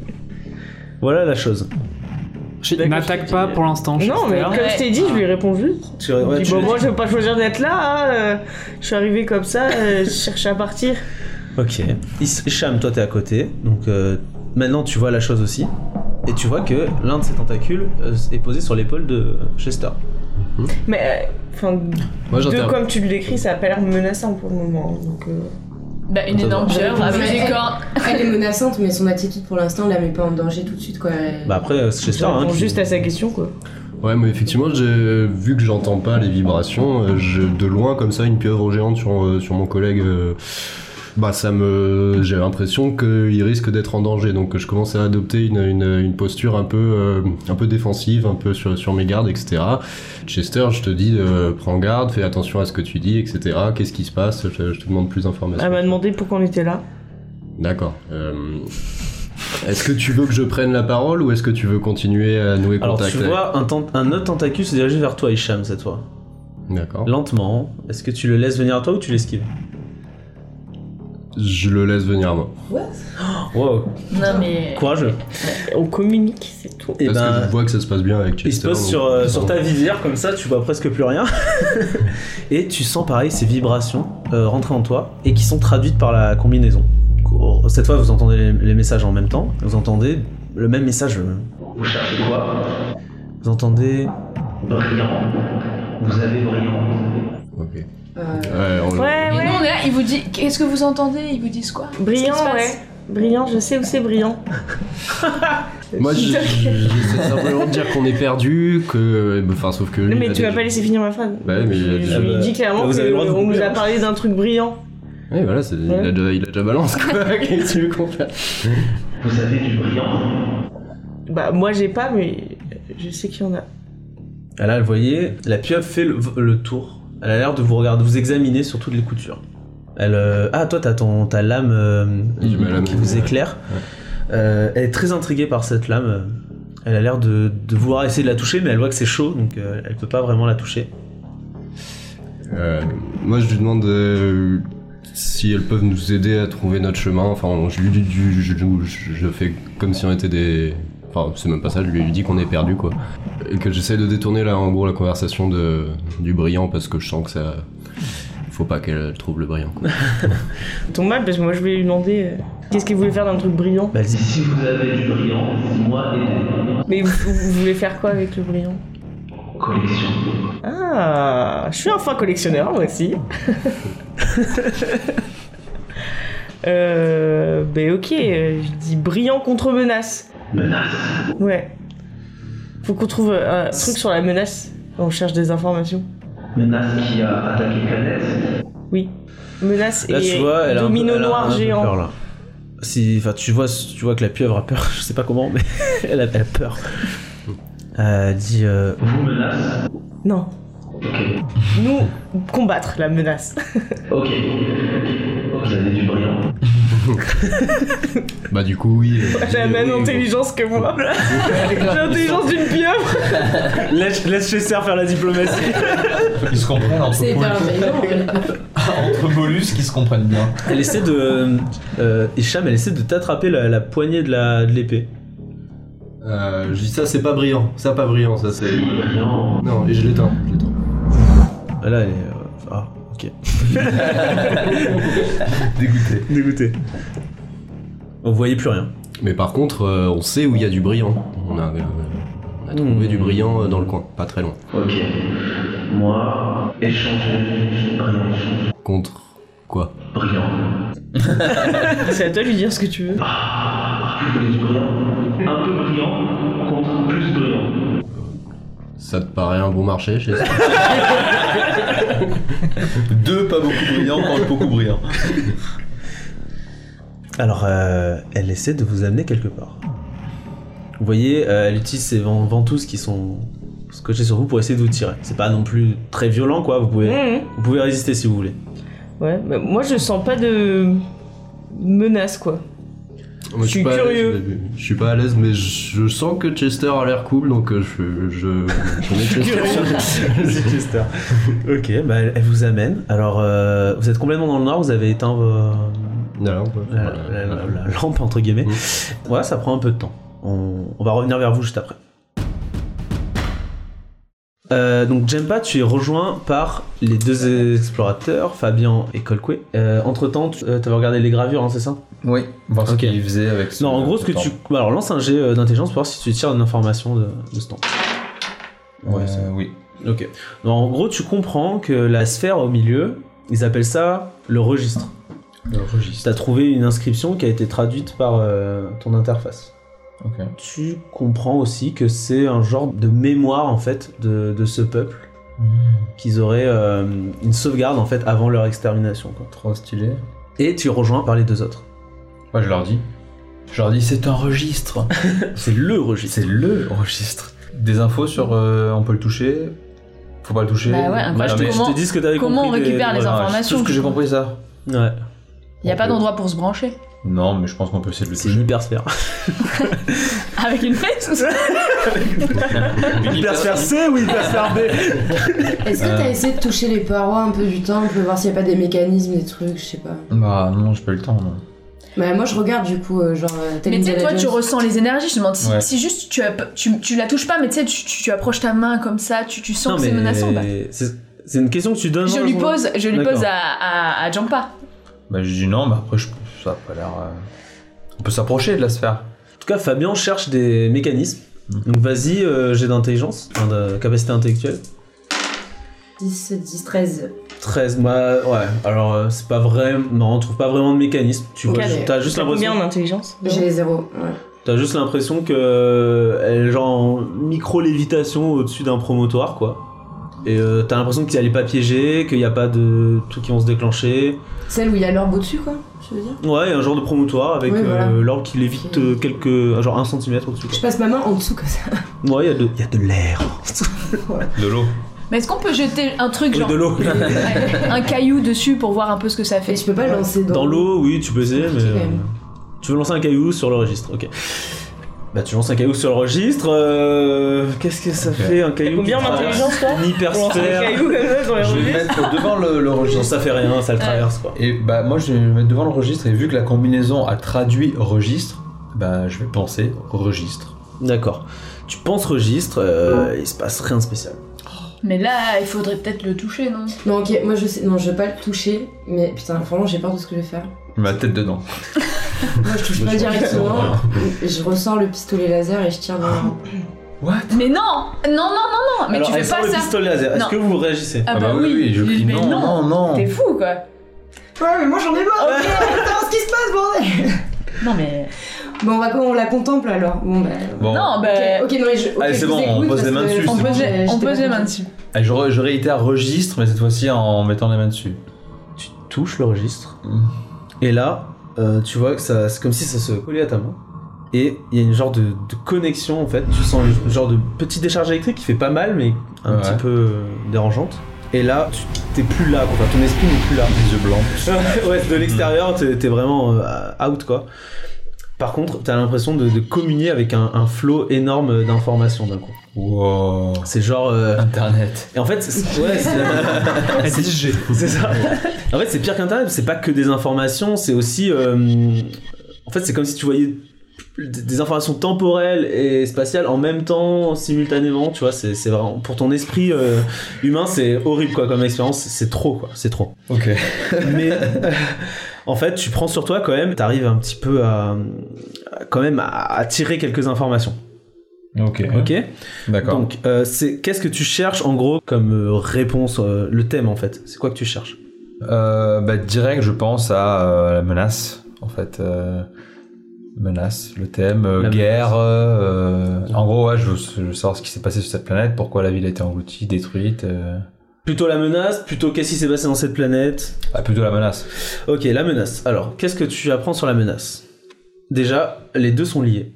voilà la chose.
N'attaque pas pour l'instant.
Non mais
Chester.
comme je t'ai dit, je lui ai répondu.
Tu- ouais,
Je dis,
tu-
bon, moi je vais pas choisir d'être là, hein, euh, je suis arrivé comme ça, euh, je cherchais à partir.
Ok. Hicham, toi t'es à côté, donc euh, maintenant tu vois la chose aussi. Et tu vois que l'un de ses tentacules euh, est posé sur l'épaule de Chester.
Mais euh, enfin,
Moi
de
j'interviens.
comme tu le décris, ça a pas l'air menaçant pour le moment. Donc, euh,
Bah, une
Ça
énorme
va.
pieuvre avec
Ouais.
des cornes.
Elle est menaçante, mais son attitude pour l'instant la met pas en danger tout de suite quoi. Elle-
Bah après, euh, c'est
je
Chester. hein,
réponds
qui-
juste à sa question quoi.
Ouais, mais effectivement, j'ai- vu que j'entends pas les vibrations, euh, je- de loin comme ça une pieuvre géante sur, euh, sur mon collègue euh, bah ça me, j'ai l'impression qu'il risque d'être en danger. Donc je commence à adopter une, une, une posture un peu, euh, un peu défensive, un peu sur, sur mes gardes, etc. Chester, je te dis, euh, prends garde, fais attention à ce que tu dis, etc. Qu'est-ce qui se passe je, je te demande plus
Bah,
d'informations.
Elle m'a demandé pourquoi on était là.
D'accord. Euh, Est-ce que tu veux que je prenne la parole ou est-ce que tu veux continuer à nouer
Alors
contact
tu
avec-
vois un, tent- un autre tentacule se diriger vers toi, Hicham, cette fois.
D'accord.
Lentement. Est-ce que tu le laisses venir à toi ou tu l'esquives
Je le laisse venir à moi.
Wow,
Non mais.
courageux.
On communique, c'est tout.
Et
Parce que
ben,
je vois que ça se passe bien avec Chester.
il se pose
donc-
sur, euh, sur ta visière, comme ça tu vois presque plus rien. et tu sens pareil ces vibrations euh, rentrer en toi et qui sont traduites par la combinaison. Cette fois vous entendez les- les messages en même temps. Vous entendez le même message. euh,
Vous cherchez quoi
Vous entendez.
Brillant. Vous avez brillant.
Ok. Ouais,
Euh,
on
Oh,
le-
Ouais,
Et nous
ouais.
on est là, ils vous disent qu'est-ce que vous entendez Ils vous disent quoi Qu'est-ce qui se
Brillant,
passe
ouais. Brillant, je sais où c'est brillant.
Moi, je- je- j'essaie simplement de dire qu'on est perdu, que. Enfin, sauf que. lui,
Non, mais
il a
tu m'as
des-
pas laissé finir ma phrase.
Ouais, mais il a
je
déjà-
je lui
bah,
dis clairement
vous avez le droit de
qu'on
couper,
nous a
hein.
parlé d'un truc brillant.
Ouais, voilà, c'est- il, a
Ouais.
déjà, il a déjà balance, quoi. Qu'est-ce que tu veux qu'on fasse
Vous avez du brillant.
Bah, moi j'ai pas, mais je sais qu'il y en a.
Ah Là, vous voyez, la pieuvre fait le, le tour. Elle a l'air de vous regarder, de vous examiner sur toutes les coutures. Elle, euh, ah, toi, t'as ton, ta lame euh,
J'ai ma lame.
qui vous éclaire. Euh, elle est très intriguée par cette lame. Elle a l'air de, de vouloir essayer de la toucher, mais elle voit que c'est chaud, donc euh, elle peut pas vraiment la toucher.
Euh, Moi, je lui demande euh, si elles peuvent nous aider à trouver notre chemin. Enfin, je lui dis du. Je, je- je fais comme si on était des. Enfin, c'est même pas ça, je lui dis qu'on est perdu, quoi. Et que j'essaie de détourner, là, en gros, la conversation de, du brillant, parce que je sens que ça. Faut pas qu'elle trouve le brillant, quoi.
Tombe mal parce que moi je voulais lui demander euh, qu'est-ce qu'il voulait faire d'un truc brillant.
Bah, elle dit,
Si vous avez du brillant, moi aidez.
Mais vous, vous voulez faire quoi avec le brillant
Collection.
Ah, je suis enfin collectionneur moi aussi. euh, ben ok, euh, je dis brillant contre menace.
Menace.
Ouais. Faut qu'on trouve euh, un truc sur la menace. On cherche des informations.
Menace qui a attaqué Planète.
Oui. Menace
là,
et
tu vois, elle a un peu-
domino
elle a
noir
un peu
géant.
peur, là. Si, enfin, tu vois, tu vois que la pieuvre a peur, je sais pas comment, mais elle a, elle a peur. Euh, Elle dit, euh,
Vous menace.
Non.
Ok.
Nous combattre la menace.
Ok. Vous avez du brillant.
Bah, du coup, oui. je
J'ai la
dis,
même
oui, bon.
intelligence que moi. J'ai l'intelligence d'une pieuvre.
laisse, laisse Chester faire la diplomatie.
Ils se comprennent entre,
C'est hyper
mollusques-
intelligent. en fait.
entre mollusques, ils se comprennent bien.
Elle essaie de. Euh, Hicham, elle essaie de t'attraper la, la poignée de la- de l'épée.
Euh, je dis ça, c'est pas brillant. Ça, pas brillant, ça, c'est.
Brillant.
Non, et je l'éteins. je l'éteins.
Ah, Là, elle est. euh, ah, ok.
Dégoûté.
Dégoûté. Vous voyez plus rien.
Mais par contre, euh, on sait où il y a du brillant. On a, euh, on a trouvé
Hmm.
du brillant euh, dans le coin, pas très loin.
Ok. Moi, échanger. Brillant.
Contre quoi
Brillant.
C'est à toi de lui dire ce que tu veux.
Ah, Vous voulez du brillant Un peu brillant contre plus brillant.
Ça te paraît un bon marché chez Deux pas beaucoup brillants contre beaucoup brillants.
Alors, euh, elle essaie de vous amener quelque part. Vous voyez, euh, elle utilise ses ven- ventouses qui sont scotchées sur vous pour essayer de vous tirer. C'est pas non plus très violent, quoi. Vous pouvez,
Mhm.
vous pouvez résister si vous voulez.
Ouais, bah, moi je sens pas de menace quoi. Je suis curieux.
Je suis pas à l'aise, mais je, je sens que Chester a l'air cool, donc euh, je, je, je mets Chester.
C'est Chester. ok, bah, elle elle vous amène. Alors, euh, vous êtes complètement dans le noir, vous avez éteint vos.
Non, ouais,
la,
voilà.
la- la- la lampe entre guillemets. Ouais, ça prend un peu de temps. On, on va revenir vers vous juste après. Euh, donc Jempa, tu es rejoint par les deux explorateurs, Fabien et Colqué. entre temps, tu avais regardé les gravures, hein, c'est ça
Oui, voir
Ok.
ce qu'ils faisaient avec ce-
Non, en gros, ce que tu. Alors lance un jet euh, d'intelligence pour voir si tu tires une information de, de ce temps. Euh,
Ouais,
Ouais, c'est-
oui.
Ok. Donc, en gros, tu comprends que la sphère au milieu, ils appellent ça le registre.
Le registre.
Tu as trouvé une inscription qui a été traduite par euh, ton interface.
Ok.
Tu comprends aussi que c'est un genre de mémoire en fait de, de ce peuple
Hmm.
qu'ils auraient euh, une sauvegarde en fait avant leur extermination quoi.
Trop stylé.
et tu es rejoint par les deux autres.
Moi, je leur dis. Je leur dis, c'est un registre.
C'est le registre.
c'est le registre. Des infos sur. euh, on peut le toucher Faut pas le toucher
Bah ouais,
Bah, je, te,
Comment-
je te dis ce que t'avais
comment on
compris des-
récupère les
voilà.
infos
C'est tout ce
informations,
que j'ai
je
compris, ça.
Ouais,
Il n'y a pas d'endroit pour se brancher.
Non, mais je pense qu'on peut essayer de le
c'est
toucher.
l'hypersphère.
Avec une fesse ou ça
Hypersphère C ou hypersphère B
Est-ce que t'as essayé de toucher les parois un peu du temple, voir s'il n'y a pas des mécanismes, des trucs, je sais pas.
Bah non, j'ai pas eu le temps. Non.
Bah, moi, je regarde du coup, euh, genre. euh, tel
Mais tu sais,
Indiana
toi, tu
Jones.
ressens les énergies. Je me demande si,
Ouais.
si juste tu, app- tu, tu la touches pas, mais tu sais, tu, tu- tu approches ta main comme ça, tu, tu sens
Non,
que c'est
mais
menaçant. bah.
c'est- c'est une question que tu donnes. hein,
Je lui pose, je lui
D'accord.
pose à, à, à Jampa.
Bah j'ai dit non, mais après, je... ça a pas l'air. euh, On peut s'approcher de la sphère.
En tout cas, Fabien cherche des mécanismes. Donc vas-y, euh, j'ai d'intelligence, enfin, de capacité intellectuelle.
10, 10, 13.
13, bah ouais, alors euh, c'est pas vrai, non, on trouve pas vraiment de mécanisme. Tu vois,
Ok.
ju- t'as juste
T'as combien en
l'impression
intelligence
J'ai les zéros. Ouais.
t'as juste l'impression que euh, elle est genre en micro-lévitation au-dessus d'un promontoire, quoi. Et euh, t'as l'impression qu'il n'y a pas piégé, qu'il n'y a pas de trucs qui vont se déclencher.
Celle où il y a l'orbe au-dessus, quoi, je veux dire.
Ouais, il y a un genre de promontoire avec
Oui, voilà.
euh, l'orbe qui lévite euh, quelques. genre un centimètre au-dessus.
Je passe ma main en dessous comme ça.
quoi. Ouais, il y a de- il y a de l'air.
De l'eau.
Mais est-ce qu'on peut jeter un truc,
Oui,
genre
de l'eau.
un caillou dessus pour voir un peu ce que ça fait
Et je peux pas lancer dans,
Dans l'eau, oui, tu peux essayer, mais.
compliqué, quand
euh,
même.
Tu veux lancer un caillou sur le registre, ok. Bah, tu lances un caillou sur le registre. euh, Qu'est-ce que ça fait un caillou
combien
qui
en
traverse
intelligence, toi
Une
Pour lancer des
hypersphère.
cailloux comme ça sur les
Ah
Je vais
rochers
mettre devant le, le
Non,
registre.
ça fait rien, ça le traverse quoi.
Et bah moi je vais me mettre devant le registre et vu que la combinaison a traduit registre, bah je vais penser registre.
D'accord. Tu penses registre, euh, il se passe rien de spécial.
Mais là, il faudrait peut-être le toucher, non
Non, ok, moi je sais. Non, je vais pas le toucher, mais putain, franchement, j'ai peur de ce que je vais faire.
Ma tête dedans.
Moi, je touche pas directement. je ressors le pistolet laser et je tire dans la-
What
Mais non Non, non, non, non Mais
Alors,
tu
elle
fais
sort
pas
le
ça
pistolet laser, est-ce
Non.
que vous réagissez
Ah bah oui,
je
Mais
crie non, non, non.
T'es fou, quoi
Ouais, mais moi j'en ai marre, ok, attends, ce qui se passe, bordel
Non, mais...
Bon, on va quoi On la contemple alors Bon, bah.
Bon,
Non,
Ok,
bah...
ok, non, mais je. ok,
Allez, c'est
je vous
bon, on
écoute
pose les
parce
mains
que-
dessus,
On
c'est
pose, les-
j'étais
on
pas
pose les mains
contente.
dessus.
allez, Ah, je, re- je réitère registre mais cette fois-ci en mettant les mains dessus.
Tu touches le registre,
Mm.
et là, euh, tu vois que ça, c'est comme si ça se collait à ta main. Et il y a une genre de, de connexion en fait, tu sens une genre de petite décharge électrique qui fait pas mal, mais un
Ouais.
petit peu euh, dérangeante. Et là, tu t'es plus là, quoi. Enfin, ton esprit n'est plus là.
Les yeux blancs.
ouais, de l'extérieur, t'es t'es vraiment euh, out quoi. Par contre, t'as l'impression de, de communier avec un, un flot énorme d'informations d'un coup.
Wow.
C'est genre. euh,
Internet.
Et en fait, c'est- ouais, c'est- c'est c'est ça. En fait, c'est pire qu'Internet, c'est pas que des informations, c'est aussi. euh, En fait, c'est comme si tu voyais des des informations temporelles et spatiales en même temps, simultanément, tu vois, c'est c'est vraiment. Pour ton esprit euh, humain, c'est horrible quoi comme expérience, c'est trop quoi, c'est trop.
Ok.
Mais euh, en fait, tu prends sur toi quand même, t'arrives un petit peu à, à- quand même à, à tirer quelques informations.
Ok.
Ok.
D'accord.
Donc, euh, c'est qu'est-ce que tu cherches en gros comme euh, réponse, euh, le thème en fait. C'est quoi que tu cherches
Euh, bah, direct, je pense à euh, la menace, en fait. euh, menace, le thème, euh,
La
guerre. euh, en gros, ouais, je veux, je veux savoir ce qui s'est passé sur cette planète, pourquoi la ville a été engloutie, détruite. euh.
Plutôt la menace, plutôt qu'est-ce qui s'est passé dans cette planète.
Ah, plutôt la menace.
Ok, la menace. Alors, qu'est-ce que tu apprends sur la menace Déjà, les deux sont liés.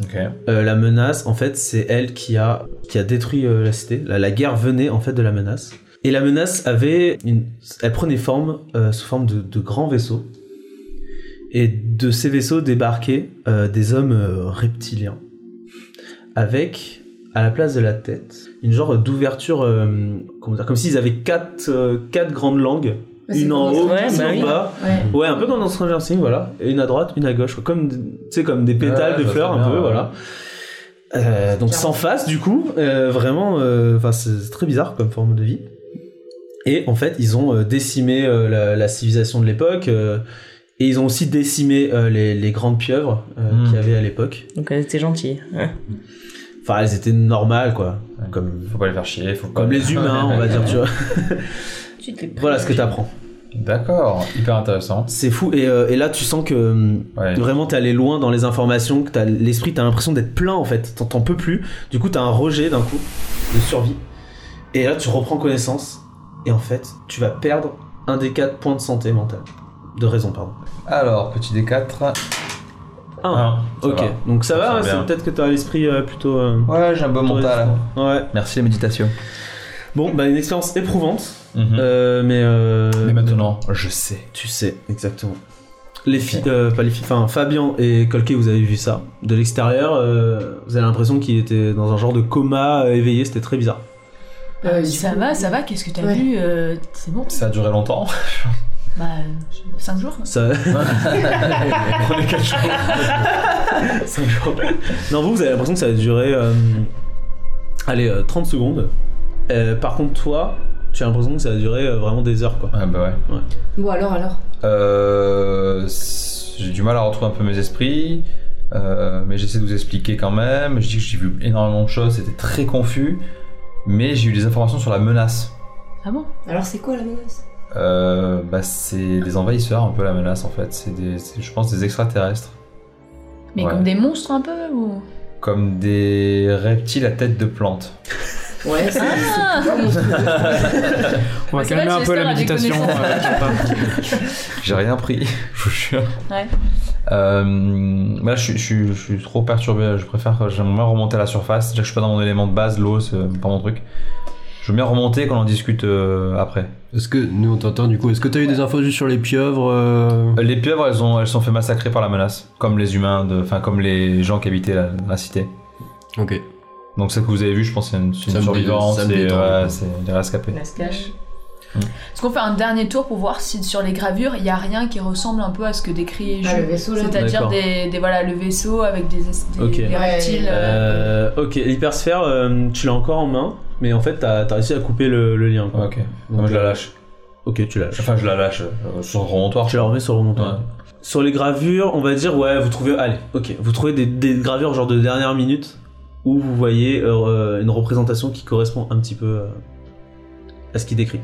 Ok.
Euh, la menace, en fait, c'est elle qui a, qui a détruit euh, la cité. La, la guerre venait en fait de la menace. Et la menace avait une, elle prenait forme euh, sous forme de, de grands vaisseaux. Et de ces vaisseaux débarquaient euh, des hommes euh, reptiliens, avec à la place de la tête une genre d'ouverture, euh, comment dire, comme s'ils avaient quatre, euh, quatre grandes langues,
Ouais, c'est
une en
comme
haut,
dans
Ouais,
une
bah
en
oui.
bas.
Ouais.
Ouais, un peu comme dans Stranger Things, voilà. Et une à droite, une à gauche, quoi. comme, tu sais, comme des pétales
Ouais,
de
je
fleurs,
sais
un
bien,
peu,
ouais.
voilà. Euh, donc sans face, du coup, euh, vraiment, euh, enfin, c'est très bizarre comme forme de vie. Et en fait, ils ont euh, décimé euh, la, la civilisation de l'époque, euh, et ils ont aussi décimé euh, les, les grandes pieuvres euh,
Mm.
qu'il y avait à l'époque.
Donc euh, elle était gentille.
Enfin, elles étaient normales, quoi,
Ouais.
comme,
Faut pas les faire chier, faut pas-
comme les humains, on va dire, tu vois.
Tu t'es pris.
Voilà ce que t'apprends.
D'accord, hyper intéressant.
C'est fou, et, euh, et là, tu sens que... hum,
Ouais.
Vraiment, t'es allé loin dans les informations, que t'as l'esprit, t'as l'impression d'être plein en fait, t'en t'en peux plus. Du coup, t'as un rejet d'un coup de survie. Et là, tu reprends connaissance, et en fait, tu vas perdre un des quatre points de santé mentale. De raison, pardon.
Alors, petit D4.
Un.
Un, Ah ça
ok,
va.
donc ça
Ça
va,
va
ouais,
bien.
c'est peut-être que t'as l'esprit euh, plutôt. euh,
Ouais, j'ai un beau
plutôt
mental là.
résistant. Ouais.
Merci les méditations.
Bon, bah une expérience éprouvante,
Mm.
euh, mais. euh,
Mhm. maintenant, je sais.
Tu sais, exactement. Les filles, euh, pas les filles, enfin Fabien et Colquet, vous avez vu ça. De l'extérieur, euh, vous avez l'impression qu'il était dans un genre de coma euh, éveillé, c'était très bizarre.
Euh, du
Ça
coup-
va, ça va, qu'est-ce que t'as
Ouais.
vu euh, C'est bon
Ça a duré longtemps.
Bah, 5 jours
Ça.
Prenez quatre jours.
Cinq jours. non, vous, vous avez l'impression que ça a duré. euh, allez, euh, 30 secondes. Euh, par contre, toi, tu as l'impression que ça a duré euh, vraiment des heures, quoi.
Ah bah ouais.
Bon, alors, alors.
Euh, c- j'ai du mal à retrouver un peu mes esprits, euh, mais j'essaie de vous expliquer quand même. Je dis que j'ai vu énormément de choses, c'était très confus, mais j'ai eu des informations sur la menace.
Ah bon
Alors, c'est quoi la menace
Euh, bah, c'est des envahisseurs un peu la menace en fait, c'est des, c'est, je pense des extraterrestres,
Mais
Ouais.
comme des monstres un peu ou...
comme des reptiles à tête de plante.
Ouais, c'est.
Ah
On va
Ouais, c'est
calmer
vrai que
un peu la
Chester a des
méditation. euh, je sais pas.
J'ai rien pris, je vous jure.
Ouais.
Euh, bah là, je, suis- je suis- je suis trop perturbé. Je préfère, j'aimerais bien remonter à la surface. Déjà que je suis pas dans mon élément de base, l'eau, c'est pas mon truc. Je veux bien remonter quand on en discute euh, après.
Est-ce que nous on t'entend du coup Est-ce que t'as eu des infos juste sur les pieuvres euh,
Les pieuvres, elles ont, elles sont fait massacrer par la menace, comme les humains, de- enfin comme les gens qui habitaient la, la cité.
Ok.
Donc celle que vous avez vue, je pense, c'est une, c'est une
Ça me
survivante,
dé- ça me
c'est
détend,
ouais,
du coup.
c'est des rescapés.
La cache.
Est-ce qu'on fait un dernier tour pour voir si sur les gravures, il n'y a rien qui ressemble un peu à ce que décrit
Ah, le
Jules
vaisseau, là.
C'est-à-dire
D'accord.
des, des- voilà, le vaisseau avec des, des,
Ok.
des reptiles. euh,
Euh, ok, l'hypersphère, euh, tu l'as encore en main, mais en fait, t'as as réussi à couper le, le lien. Quoi. euh,
Ok. Moi, je la lâche.
Ok, tu lâches.
Enfin, je la lâche euh, sur le remontoir.
Tu la remets sur le montant.
Ouais.
Sur les gravures, on va dire, ouais, vous trouvez. Allez, ok, vous trouvez des, des gravures genre de dernière minute où vous voyez euh, une représentation qui correspond un petit peu euh, à ce qu'il décrit.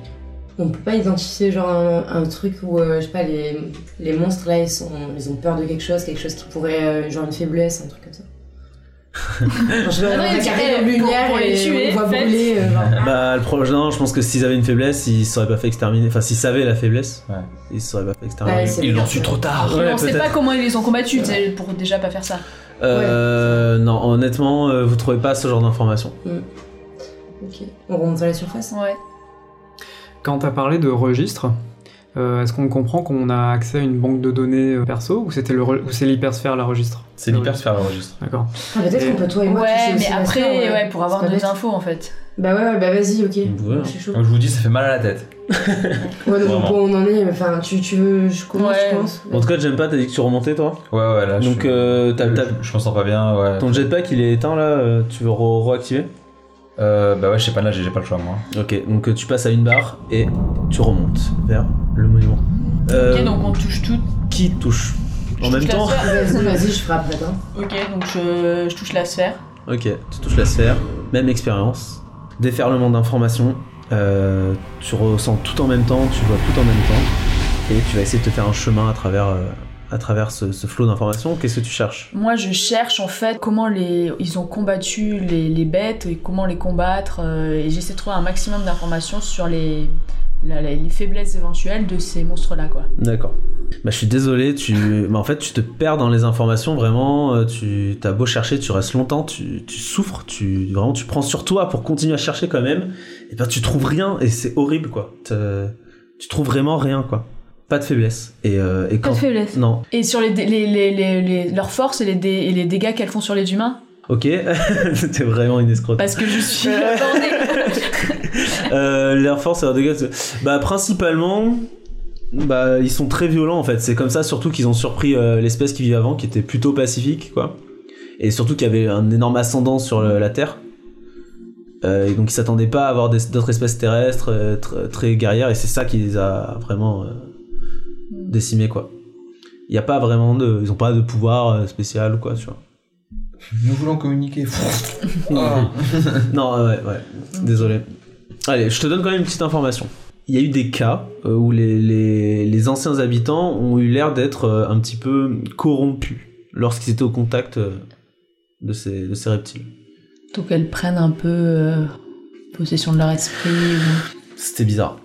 On peut pas identifier genre un, un truc où euh, je sais pas les, les monstres là ils sont ils ont peur de quelque chose quelque chose qui pourrait euh, genre une faiblesse un truc comme ça. genre, je sais pas,
Ah non,
un
il
mec
dit,
arrive en
eh, pour-
lumière
pour les
et
tuer,
on le voit
faites.
brûler. euh, genre.
Bah, le problème, non, je pense que s'ils avaient une faiblesse, ils se seraient pas fait exterminer. Enfin, s'ils savaient la faiblesse,
Ouais.
ils se seraient pas fait
Ouais,
exterminer.
c'est
Ah Ils
bien.
l'ont su trop tard.
Euh, Ouais,
on sait
peut-être.
pas comment ils les ont combattus, tu sais, pour déjà pas faire ça.
Euh, Non, honnêtement, euh, vous trouvez pas ce genre d'information.
Ok. On remonte à la surface.
Ouais.
Quand t'as parlé de registre, euh, est-ce qu'on comprend qu'on a accès à une banque de données euh, perso ou c'était le re- ou c'est l'hypersphère la registre
C'est l'hypersphère le registre.
D'accord.
Ah, peut-être qu'on peut toi et moi toucher
Ouais, mais
aussi la
après,
sphère,
ouais. pour avoir
C'est pas
des
bête.
infos en fait.
Bah ouais, ouais, bah vas-y ok.
Vous pouvez, hein.
Je suis chaud.
Comme je vous dis, ça fait mal à la tête.
Ouais donc
Vraiment.
bon, on en est. Enfin tu, tu veux je commence
Ouais.
je pense.
En tout cas, j'aime pas, t'as dit que tu remontais, toi
Ouais, ouais, là. Ah, je
Donc,
suis-
euh, t'as-
je,
t'as-
je me sens pas bien, ouais.
Ton jetpack, il est éteint là, euh, tu veux re- reactiver
Euh, bah ouais, je sais pas, là, j'ai j'ai pas le choix, moi.
Ok, donc euh, tu passes à une barre et tu remontes vers le monument. Euh,
Ok, donc on touche tout.
Qui touche
Je
En même
touche la
temps
sphère.
Vas-y vas-y je hein. frappe là-dedans.
Ok, donc je, je touche la sphère.
Ok, tu touches la sphère, même expérience, déferlement d'informations, euh, tu ressens tout en même temps, tu vois tout en même temps, et tu vas essayer de te faire un chemin à travers, euh, à travers ce, ce flot d'informations. Qu'est-ce que tu cherches
Moi, je cherche en fait comment les, ils ont combattu les, les bêtes et comment les combattre. euh, et j'essaie de trouver un maximum d'informations sur les, la- la- les faiblesses éventuelles de ces monstres-là, quoi.
D'accord. Bah, je suis désolé, tu... bah, en fait, tu te perds dans les informations, vraiment, euh, tu as beau chercher, tu restes longtemps, tu, tu souffres, tu... vraiment, tu prends sur toi pour continuer à chercher quand même, et ben tu trouves rien, et c'est horrible, quoi. T'as- Tu trouves vraiment rien, quoi. Pas de faiblesse. Et, euh, et quand...
faiblesses.
Non,
Et sur les, dé- les, les, les- les- leurs forces et les, dé- et les dégâts qu'elles font sur les humains
Ok, c'était vraiment une escroque.
Parce que je suis attendez.
Euh, L'Air Force, alors dégâts. c'est- Bah, principalement, bah, ils sont très violents en fait. C'est comme ça, surtout qu'ils ont surpris euh, l'espèce qui vivait avant, qui était plutôt pacifique, quoi. Et surtout qu'il y avait un énorme ascendant sur le- la Terre. Euh, et donc ils s'attendaient pas à avoir des- d'autres espèces terrestres euh, tr- très guerrières, et c'est ça qui les a vraiment euh, décimés, quoi. Il n'y a pas vraiment de. Ils ont pas de pouvoir euh, spécial ou quoi, tu vois.
Nous voulons communiquer. Ah.
Non, ouais, ouais. Désolé. Allez, je te donne quand même une petite information. Il y a eu des cas euh, où les, les- les anciens habitants ont eu l'air d'être euh, un petit peu corrompus lorsqu'ils étaient au contact euh, de ces, de ces reptiles.
Donc elles prennent un peu euh, possession de leur esprit. ou-
C'était bizarre.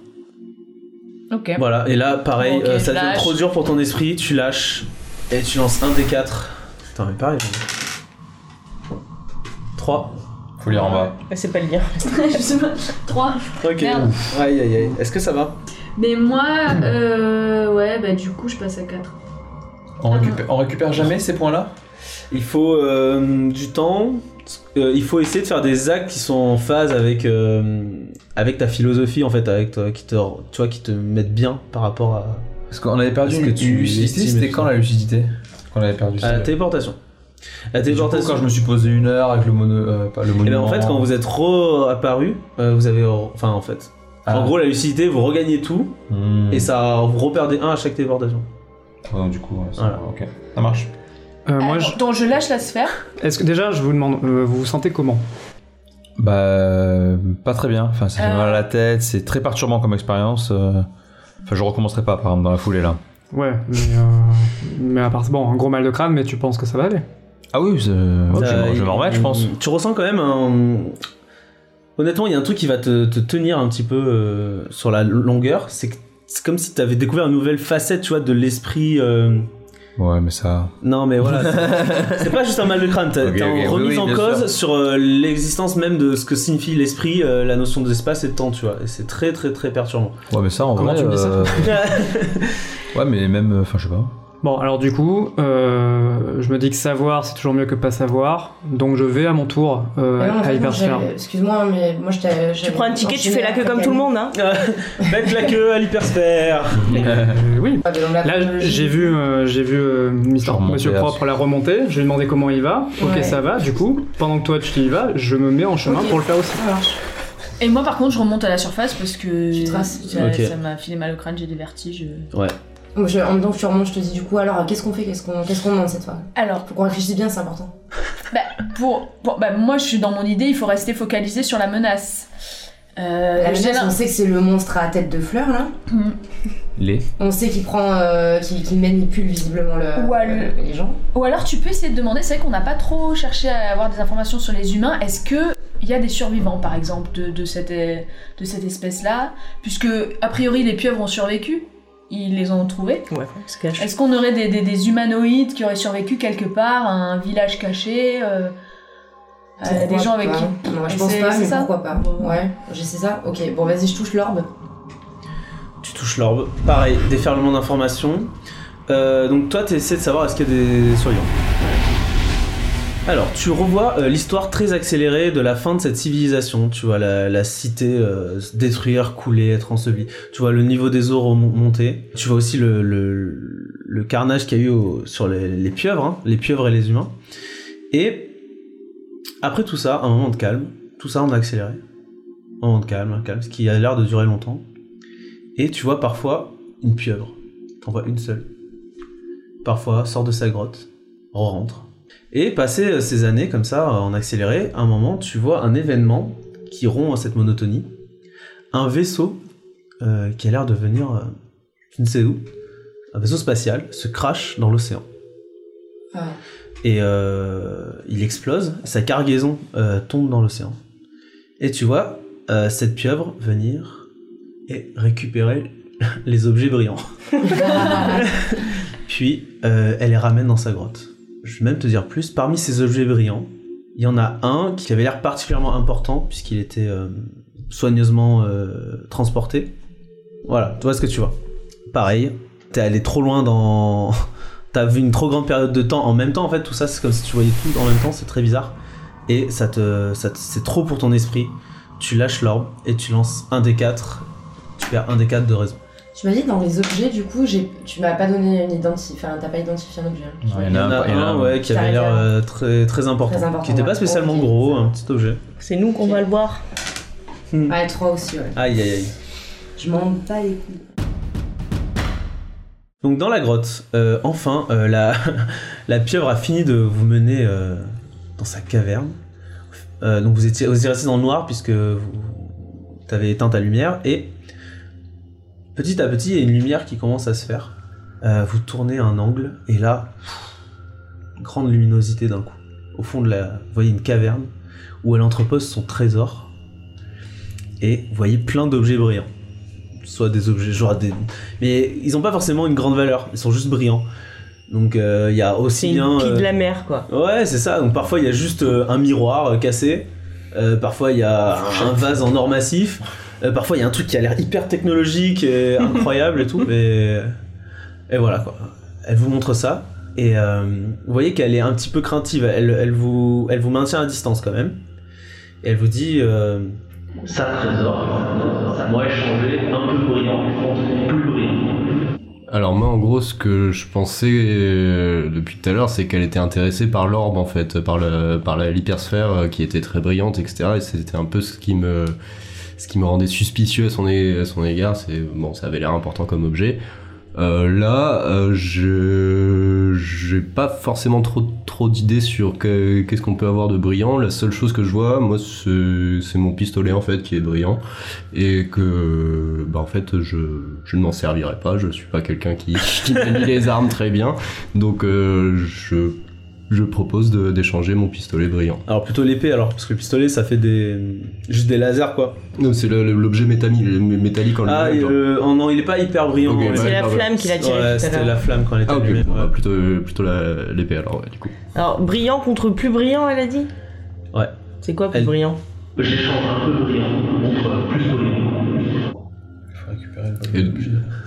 Ok.
Voilà, et là, pareil,
Ok,
euh,
je
ça devient
lâche.
trop dur pour ton esprit, tu lâches et tu lances un des 4. Putain, mais pareil. hein. 3.
Faut lire en bas.
Ah, C'est pas le lien.
3.
Ok.
Merde.
Aïe aïe aïe. Est-ce que ça va
Mais moi, euh, ouais, bah du coup, je passe à 4.
On récupère, on récupère jamais ces points-là
Il faut euh, du temps. Euh, il faut essayer de faire des actes qui sont en phase avec, euh, avec ta philosophie, en fait, avec toi, qui te, tu vois, qui te mettent bien par rapport à,
Parce qu'on avait perdu
Est-ce que
une
tu
lucidité.
estimes
C'était
tout
quand
ça
la lucidité Qu'on avait perdu
à la
c'est-
téléportation. La
Du coup,
téléportation.
quand je me suis posé une heure avec le mono, euh, pas le
Et
monument.
en fait, quand vous êtes reapparu, euh, vous avez. re- Enfin, en fait.
Ah.
En gros, la lucidité, vous regagnez tout
Hmm.
et ça vous reperdez un à chaque téléportation.
Ah non, du coup, ouais, ça,
Voilà.
ok, ça marche.
Euh, moi, je-
Donc je lâche la sphère.
est-ce que déjà, je vous demande, euh, vous vous sentez comment
Bah, euh, pas très bien. Enfin, ça fait
Euh.
mal à la tête. C'est très perturbant comme expérience. euh. Enfin, je recommencerai pas, par exemple, dans la foulée là.
Ouais, mais, euh, mais à part bon, un gros mal de crâne, mais tu penses que ça va aller
Ah oui, c'est-
Ça,
je, vais- je vais me remettre, je pense.
Tu ressens quand même un. Honnêtement, il y a un truc qui va te, te tenir un petit peu euh, sur la longueur. C'est que- c'est comme si tu avais découvert une nouvelle facette, tu vois, de l'esprit. euh,
Ouais, mais ça.
Non, mais voilà. c'est- c'est pas juste un mal de crâne. T'as
Ok,
t'as
ok, oui,
remise
oui,
en
bien
cause
sûr.
sur euh, l'existence même de ce que signifie l'esprit, euh, la notion d'espace et de temps, tu vois. Et c'est très, très, très perturbant.
Ouais, mais ça, en
Comment
vrai.
tu me dis ça
ouais, mais même. euh, Enfin, je sais pas.
Bon, alors du coup, euh, je me dis que savoir, c'est toujours mieux que pas savoir, donc je vais à mon tour euh,
Mais non, en
à
fait, moi,
Hypersphère.
j'avais- Excuse-moi, mais moi je t'avais.
Tu prends un ticket, tu fais la queue comme tout le monde, hein
Faites la queue à l'hypersphère.
Euh, oui. Là, j'ai vu, euh, j'ai vu euh, Mister-
remonté
Monsieur
là-dessus.
Propre la remonter, je lui ai demandé comment il va, ok
Ouais.
ça va, du coup, pendant que toi tu y vas, je me mets en chemin
Ok.
pour le faire aussi.
Et moi, par contre, je remonte à la surface parce que
Tu traces.
ça
Ok.
ça m'a filé mal au crâne, j'ai des vertiges.
Je, en même temps que tu remontes, je te dis du coup, alors qu'est-ce qu'on fait Qu'est-ce qu'on qu'est-ce qu'on demande cette fois
Alors,
Faut qu'on réfléchisse bien, c'est important.
pour, pour- bah, moi, je suis dans mon idée, il faut rester focalisé sur la menace. Euh,
la
j'ai
menace,
l'im-
on sait que c'est le monstre à tête de fleur là.
Hmm.
Les.
On sait qu'il prend. euh, qu'il qu'il manipule visiblement le,
Ou à le-
le- les gens.
Ou alors, tu peux essayer de demander. C'est vrai qu'on n'a pas trop cherché à avoir des informations sur les humains. Est-ce que il y a des survivants, par exemple, de, de cette euh, de cette espèce-là, puisque a priori les pieuvres ont survécu, ils les ont trouvés.
Ouais, se cache.
Est-ce qu'on aurait des, des- des humanoïdes qui auraient survécu quelque part, à un village caché, euh, euh,
Pourquoi
des gens avec
pas
qui
Non, je
Et
pense
c'est-
pas,
c'est
mais
ça
pourquoi pas
Bon.
Ouais, je sais ça. Ok, bon, vas-y, je touche l'orbe.
Tu touches l'orbe. Pareil, déferlement d'informations. Euh, donc toi, tu essaies de savoir est-ce qu'il y a des survivants. Alors, tu revois euh, l'histoire très accélérée de la fin de cette civilisation. Tu vois la, la cité euh, se détruire, couler, être ensevelie. Tu vois le niveau des eaux remonter. Tu vois aussi le, le- le carnage qu'il y a eu au- sur les, les pieuvres, hein, les pieuvres et les humains. Et après tout ça, un moment de calme. Tout ça en accéléré. Un moment de calme, un calme, ce qui a l'air de durer longtemps. Et tu vois parfois une pieuvre. T'en vois une seule. Parfois sort de sa grotte, rentre. Et passé euh, ces années comme ça, euh, en accéléré, à un moment, tu vois un événement qui rompt cette monotonie. Un vaisseau euh, qui a l'air de venir, euh, tu ne sais où, un vaisseau spatial, se crache dans l'océan.
Ah.
Et euh, il explose, sa cargaison euh, tombe dans l'océan. Et tu vois euh, cette pieuvre venir et récupérer les objets brillants. Puis euh, elle les ramène dans sa grotte. Je vais même te dire plus, parmi ces objets brillants, il y en a un qui avait l'air particulièrement important puisqu'il était euh, soigneusement euh, transporté. Voilà, tu vois ce que tu vois. Pareil, t'es allé trop loin dans... T'as vu une trop grande période de temps en même temps, en fait, tout ça, c'est comme si tu voyais tout en même temps, c'est très bizarre. Et ça te, ça te- c'est trop pour ton esprit. Tu lâches l'orbe et tu lances un des quatre. Tu perds un des quatre de raison.
Tu m'as dit dans les objets, du coup, j'ai- tu m'as pas donné une identité. Enfin, t'as pas identifié un objet. hein.
Ouais,
Il
il y en
y
a
en a
Ah, il y en a
un ouais, qui
Qui
avait
arrive
l'air
à-
euh, très, très important,
Très important,
qui n'était pas
ouais.
spécialement
Ok,
gros,
ça va.
un petit objet.
C'est nous qu'on va le voir.
Ouais, Ah, trois aussi, ouais.
Aïe aïe aïe.
Je m'en bats les couilles.
Donc dans la grotte, euh, enfin, euh, la, la pieuvre a fini de vous mener euh, dans sa caverne. Euh, donc vous étiez, vous étiez resté dans le noir puisque vous avez éteint ta lumière et petit à petit il y a une lumière qui commence à se faire. Euh, vous tournez un angle et là, pff, grande luminosité d'un coup. Au fond de la, vous voyez une caverne où elle entrepose son trésor et vous voyez plein d'objets brillants. soit des objets, genre des. Mais ils n'ont pas forcément une grande valeur, ils sont juste brillants. Donc euh, il y a
C'est
aussi
une
bien.
pie de
euh,
la mer, quoi.
Ouais, c'est ça. Donc parfois il y a juste euh, un miroir euh, cassé, Euh, parfois il y a un vase en or massif, Euh, parfois il y a un truc qui a l'air hyper technologique et incroyable et tout, mais et voilà quoi. Elle vous montre ça et euh, vous voyez qu'elle est un petit peu craintive. Elle, elle vous elle vous maintient à distance quand même. Et elle vous dit euh,
Ça trésor, moi échangé, un peu brillant, plus brillant.
Alors moi en gros ce que je pensais euh, depuis tout à l'heure c'est qu'elle était intéressée par l'orbe en fait, par le par la- l'hypersphère euh, qui était très brillante etc. Et c'était un peu ce qui me ce qui me rendait suspicieux à son, é- à son égard. C'est bon ça avait l'air important comme objet. Euh, là euh, je j'ai pas forcément trop trop d'idées sur que- qu'est-ce qu'on peut avoir de brillant. La seule chose que je vois moi c'est c'est mon pistolet en fait qui est brillant et que bah en fait je, je ne m'en servirai pas, je suis pas quelqu'un qui, qui manie les armes très bien, donc euh, je, je propose de- d'échanger mon pistolet brillant.
alors plutôt l'épée alors parce que le pistolet ça fait des juste des lasers quoi.
Non, C'est le- le- l'objet métami- métallique en
Ah
lui-même.
et,
genre.
euh, oh non il est pas hyper brillant.
Ok,
ouais.
C'est
ouais,
la
pardon.
flamme qui l'a tiré
Ouais,
tout à
c'était
l'heure.
la flamme quand elle était
Ah ok,
allumée,
bon,
ouais.
bah, plutôt, euh, plutôt la- l'épée alors, ouais, du coup.
Alors, brillant contre plus brillant, elle a dit
Ouais.
C'est quoi plus
Elle-
brillant
J'échange un peu brillant contre plus brillant.
Et-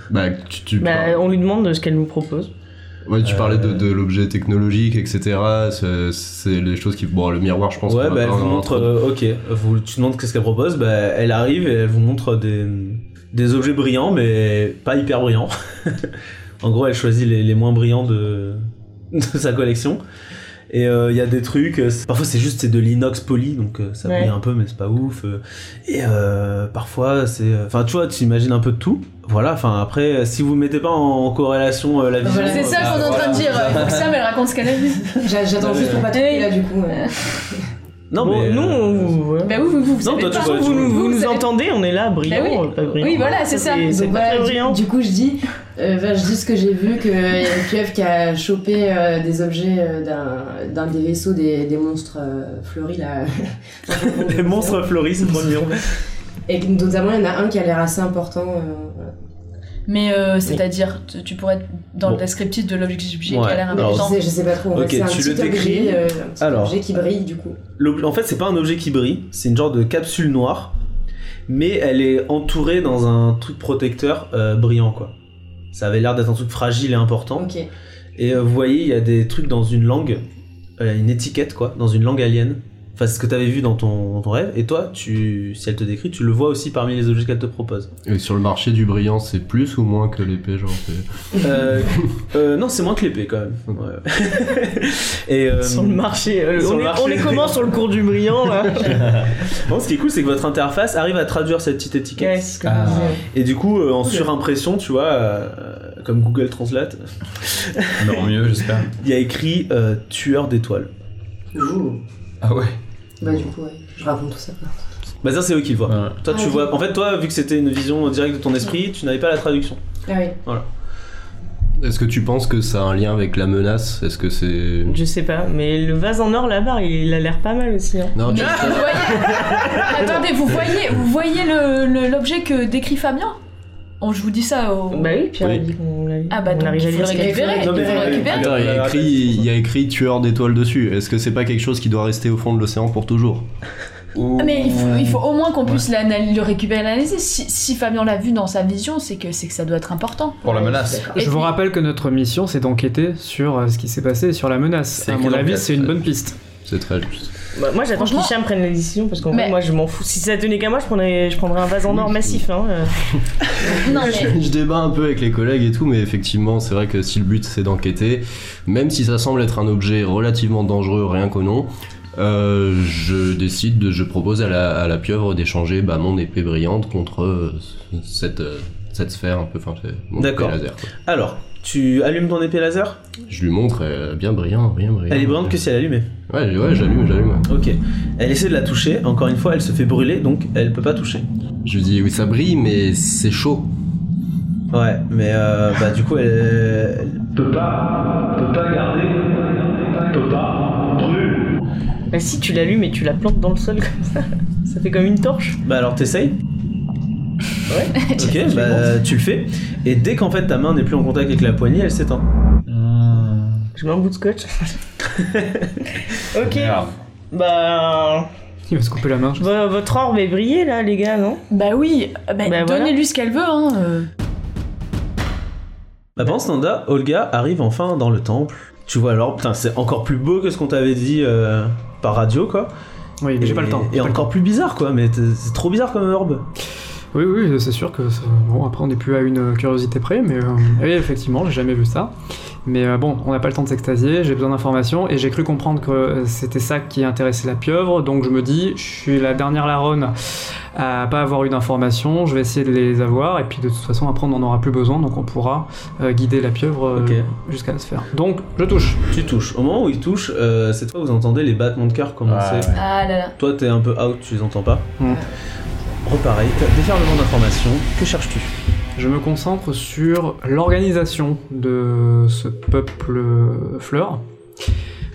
bah, tu, tu
Bah, on lui demande ce qu'elle nous propose.
par- ouais, tu parlais
Euh.
de, de l'objet technologique, etc. c'est- C'est les choses qui... Bon, le miroir, je pense
Ouais,
qu'on
bah
va
elle
pas
vous
en-
montre, euh, ok, vous, tu demandes qu'est-ce qu'elle propose, bah elle arrive et elle vous montre des, des objets brillants, mais pas hyper brillants. en gros, elle choisit les, les moins brillants de, de sa collection. Et euh, il y a des trucs, euh, c'est- parfois c'est juste c'est de l'inox poli, donc euh, ça
Ouais.
brille un peu, mais c'est pas ouf. euh. Et euh, parfois c'est. Enfin, tu vois, tu imagines un peu de tout. Voilà, enfin après, euh, si vous mettez pas en, corrélation euh, la vision.
Voilà.
C'est ça qu'on est en train de dire. Il faut que Sam elle raconte ce qu'elle a vu.
J'a- J'attends juste pour pas tomber
Ouais.
là du coup. euh.
bah, Non,
Bon,
mais. euh,
nous, on vous... ouais.
Bah oui, vous, vous, vous
Non,
savez
toi, tu
pas.
vois, tu
vous, nous- vous nous
savez-
entendez, on est là, brillant,
Bah oui.
pas brillant.
Oui, voilà, c'est ça. bah,
C'est
Donc
pas
voilà,
très
du-
brillant.
du, coup je dis, euh, enfin, je dis ce que j'ai vu, qu'il y a une pieuvre qui a chopé euh, des objets euh, d'un- d'un des vaisseaux des, des monstres euh, fleuris là.
Les monstres fleurissent, trop mignon.
Et notamment il y en a un qui a l'air assez important. euh, voilà.
Mais euh, c'est-à-dire, tu- tu pourrais être dans le
Bon.
descriptif de l'objectif
Ouais.
qui a l'air
Alors,
important.
je, sais, je sais pas trop. en fait,
Ok,
c'est un
tu
petit
le décris.
Objet, euh, un petit
Alors.
objet qui brille du coup.
L'objet- En fait, c'est pas un objet qui brille, c'est une genre de capsule noire, mais elle est entourée dans un truc protecteur euh, brillant, quoi. Ça avait l'air d'être un truc fragile et important.
Ok.
Et euh, vous voyez, il y a des trucs dans une langue, euh, une étiquette, quoi, dans une langue alien. Enfin, c'est ce que t'avais vu dans ton, dans ton rêve. Et toi, tu, si elle te décrit, tu le vois aussi parmi les objets qu'elle te propose.
Et sur le marché du brillant, c'est plus ou moins que l'épée, genre c'est-
Euh, euh, non, c'est moins que l'épée, quand même. Ouais. et, euh,
Sur le marché, euh,
sur
on,
le
est,
marché.
on est comment sur le cours du brillant là
bon, ce qui est cool, c'est que votre interface arrive à traduire cette petite étiquette.
Ouais, c'est ce que
Ah.
je disais.
Et du coup, euh, en
Cool.
surimpression, tu vois, euh, comme Google Translate,
Non, mieux, j'espère.
il y a écrit euh, tueur d'étoiles.
Ouh.
Ah ouais.
Bah du coup ouais, je raconte tout ça.
Bah ça c'est eux qui le voient.
Ouais.
Toi tu
Ah, ok.
vois, en fait toi vu que c'était une vision directe de ton esprit, tu n'avais pas la traduction.
Ah oui.
Est-ce que tu penses que ça a un lien avec la menace Est-ce que c'est...
Je sais pas, mais le vase en or là-bas, il a l'air pas mal aussi. Hein.
Non,
Mais
tu-
vous voyez... Attendez, vous voyez, vous voyez le- le- l'objet que décrit Fabien Oh, Je vous dis ça au...
Bah oui, Pierre
Oui.
a dit qu'on l'a
Ah bah
on
donc,
arrive à
il
lire
faudrait
ce qu'il
récupérer.
faut.
Ah, Non, mais-
il faudrait récupérer.
Attends, il y a écrit, il y a écrit tueur d'étoiles dessus. Est-ce que c'est pas quelque chose qui doit rester au fond de l'océan pour toujours
Ah, Mais il faut, il faut au moins qu'on puisse l'anal- le récupérer, l'analyser. Si, si Fabien l'a vu dans sa vision, c'est que, c'est que ça doit être important.
Pour la menace.
Et
Je vous
puis-
rappelle que notre mission, c'est d'enquêter sur euh, ce qui s'est passé et sur la menace.
C'est
À mon
écrit dans le
avis,
cadre,
c'est une
Euh,
ça.
bonne piste.
C'est très juste.
Bah, moi j'attends
Franchement-
qu'Hicham prenne la décision parce qu'en
Mais-
vrai, moi je m'en fous. Si ça tenait qu'à moi, je prendrais, je prendrais un vase en or massif. Hein. euh.
Non, mais...
Je débat un peu avec les collègues et tout, mais effectivement, c'est vrai que si le but c'est d'enquêter, même si ça semble être un objet relativement dangereux, rien qu'au nom, euh, je décide, de, je propose à la, à la pieuvre d'échanger bah, mon épée brillante contre euh, cette, euh, cette sphère un peu, enfin, c'est mon épée
D'accord.
laser. quoi.
Alors, tu allumes ton épée laser
Je lui montre, euh, bien brillant, bien brillant.
Elle est brillante que si elle est allumée.
Ouais, ouais j'allume, j'allume.
Ok. Elle essaie de la toucher, encore une fois elle se fait brûler donc elle peut pas toucher.
Je lui dis, oui, ça brille, mais c'est chaud.
Ouais, mais euh, bah du coup elle...
Peut pas, peut pas garder, peut pas, brûle.
Bah si tu l'allumes et tu la plantes dans le sol comme ça, ça fait comme une torche.
Bah alors t'essayes Ok, bah tu le fais. Et dès qu'en fait ta main n'est plus en contact avec la poignée, elle s'éteint.
Je mets un bout de scotch. ok. Bah,
Il va se couper la main. je-
vo- votre orbe est brillé là, les gars, non
Bah oui, bah,
voilà.
donnez-lui ce qu'elle veut. Hein. euh.
Bah, pendant ce temps-là, Olga arrive enfin dans le temple. Tu vois alors, putain, c'est encore plus beau que ce qu'on t'avait dit euh, par radio, quoi.
Oui, mais j'ai
Et-
pas le temps.
Et
j'ai pas le
encore plus bizarre, quoi. Mais t'es- c'est trop bizarre comme orbe.
Oui, oui, c'est sûr que ça- bon, après on n'est plus à une curiosité près, mais euh, oui, effectivement, j'ai jamais vu ça. Mais euh, bon, on n'a pas le temps de s'extasier, j'ai besoin d'informations et j'ai cru comprendre que euh, c'était ça qui intéressait la pieuvre, donc je me dis, je suis la dernière larronne à pas avoir eu d'informations, je vais essayer de les avoir et puis de toute façon après on n'en aura plus besoin, donc on pourra euh, guider la pieuvre euh,
Ok.
jusqu'à la sphère. Donc je touche.
Tu touches. Au moment où il touche, euh, cette fois vous entendez les battements de cœur commencer.
Ouais.
Ah là là.
Toi, t'es un peu out, tu les entends pas.
Mm.
Repareil, t'as déferlement d'informations. Que cherches-tu
Je me concentre sur l'organisation de ce peuple fleur.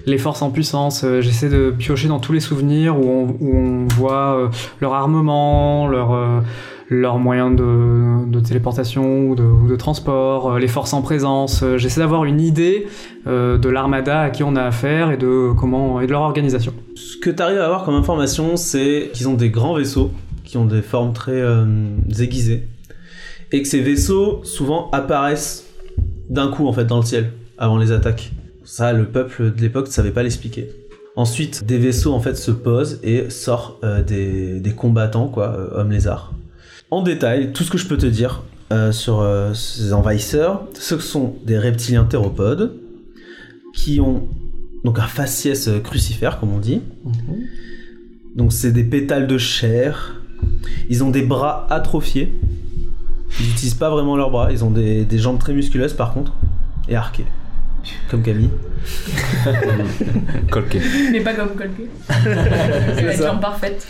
Les forces en puissance, euh, j'essaie de piocher dans tous les souvenirs où on, où on voit euh, leur armement, leur, euh, leurs moyens de, de téléportation ou de, ou de transport, euh, les forces en présence. Euh, J'essaie d'avoir une idée euh, de l'armada à qui on a affaire et de, comment, et de leur organisation.
Ce que t'arrives à avoir comme information, c'est qu'ils ont des grands vaisseaux qui ont des formes très euh, aiguisées. Et que ces vaisseaux, souvent, apparaissent d'un coup, en fait, dans le ciel, avant les attaques. Ça, le peuple de l'époque ne savait pas l'expliquer. Ensuite, des vaisseaux, en fait, se posent et sortent euh, des, des combattants, quoi, euh, hommes lézards. En détail, tout ce que je peux te dire euh, sur euh, ces envahisseurs, ce sont des reptiliens théropodes qui ont donc un faciès euh, crucifère, comme on dit. Donc c'est des pétales de chair. Ils ont des bras atrophiés. Ils n'utilisent pas vraiment leurs bras. Ils ont des, des jambes très musculeuses par contre. Et arquées. Comme Camille.
Colquet.
Mais pas comme Colby. C'est la
ça.
jambe parfaite.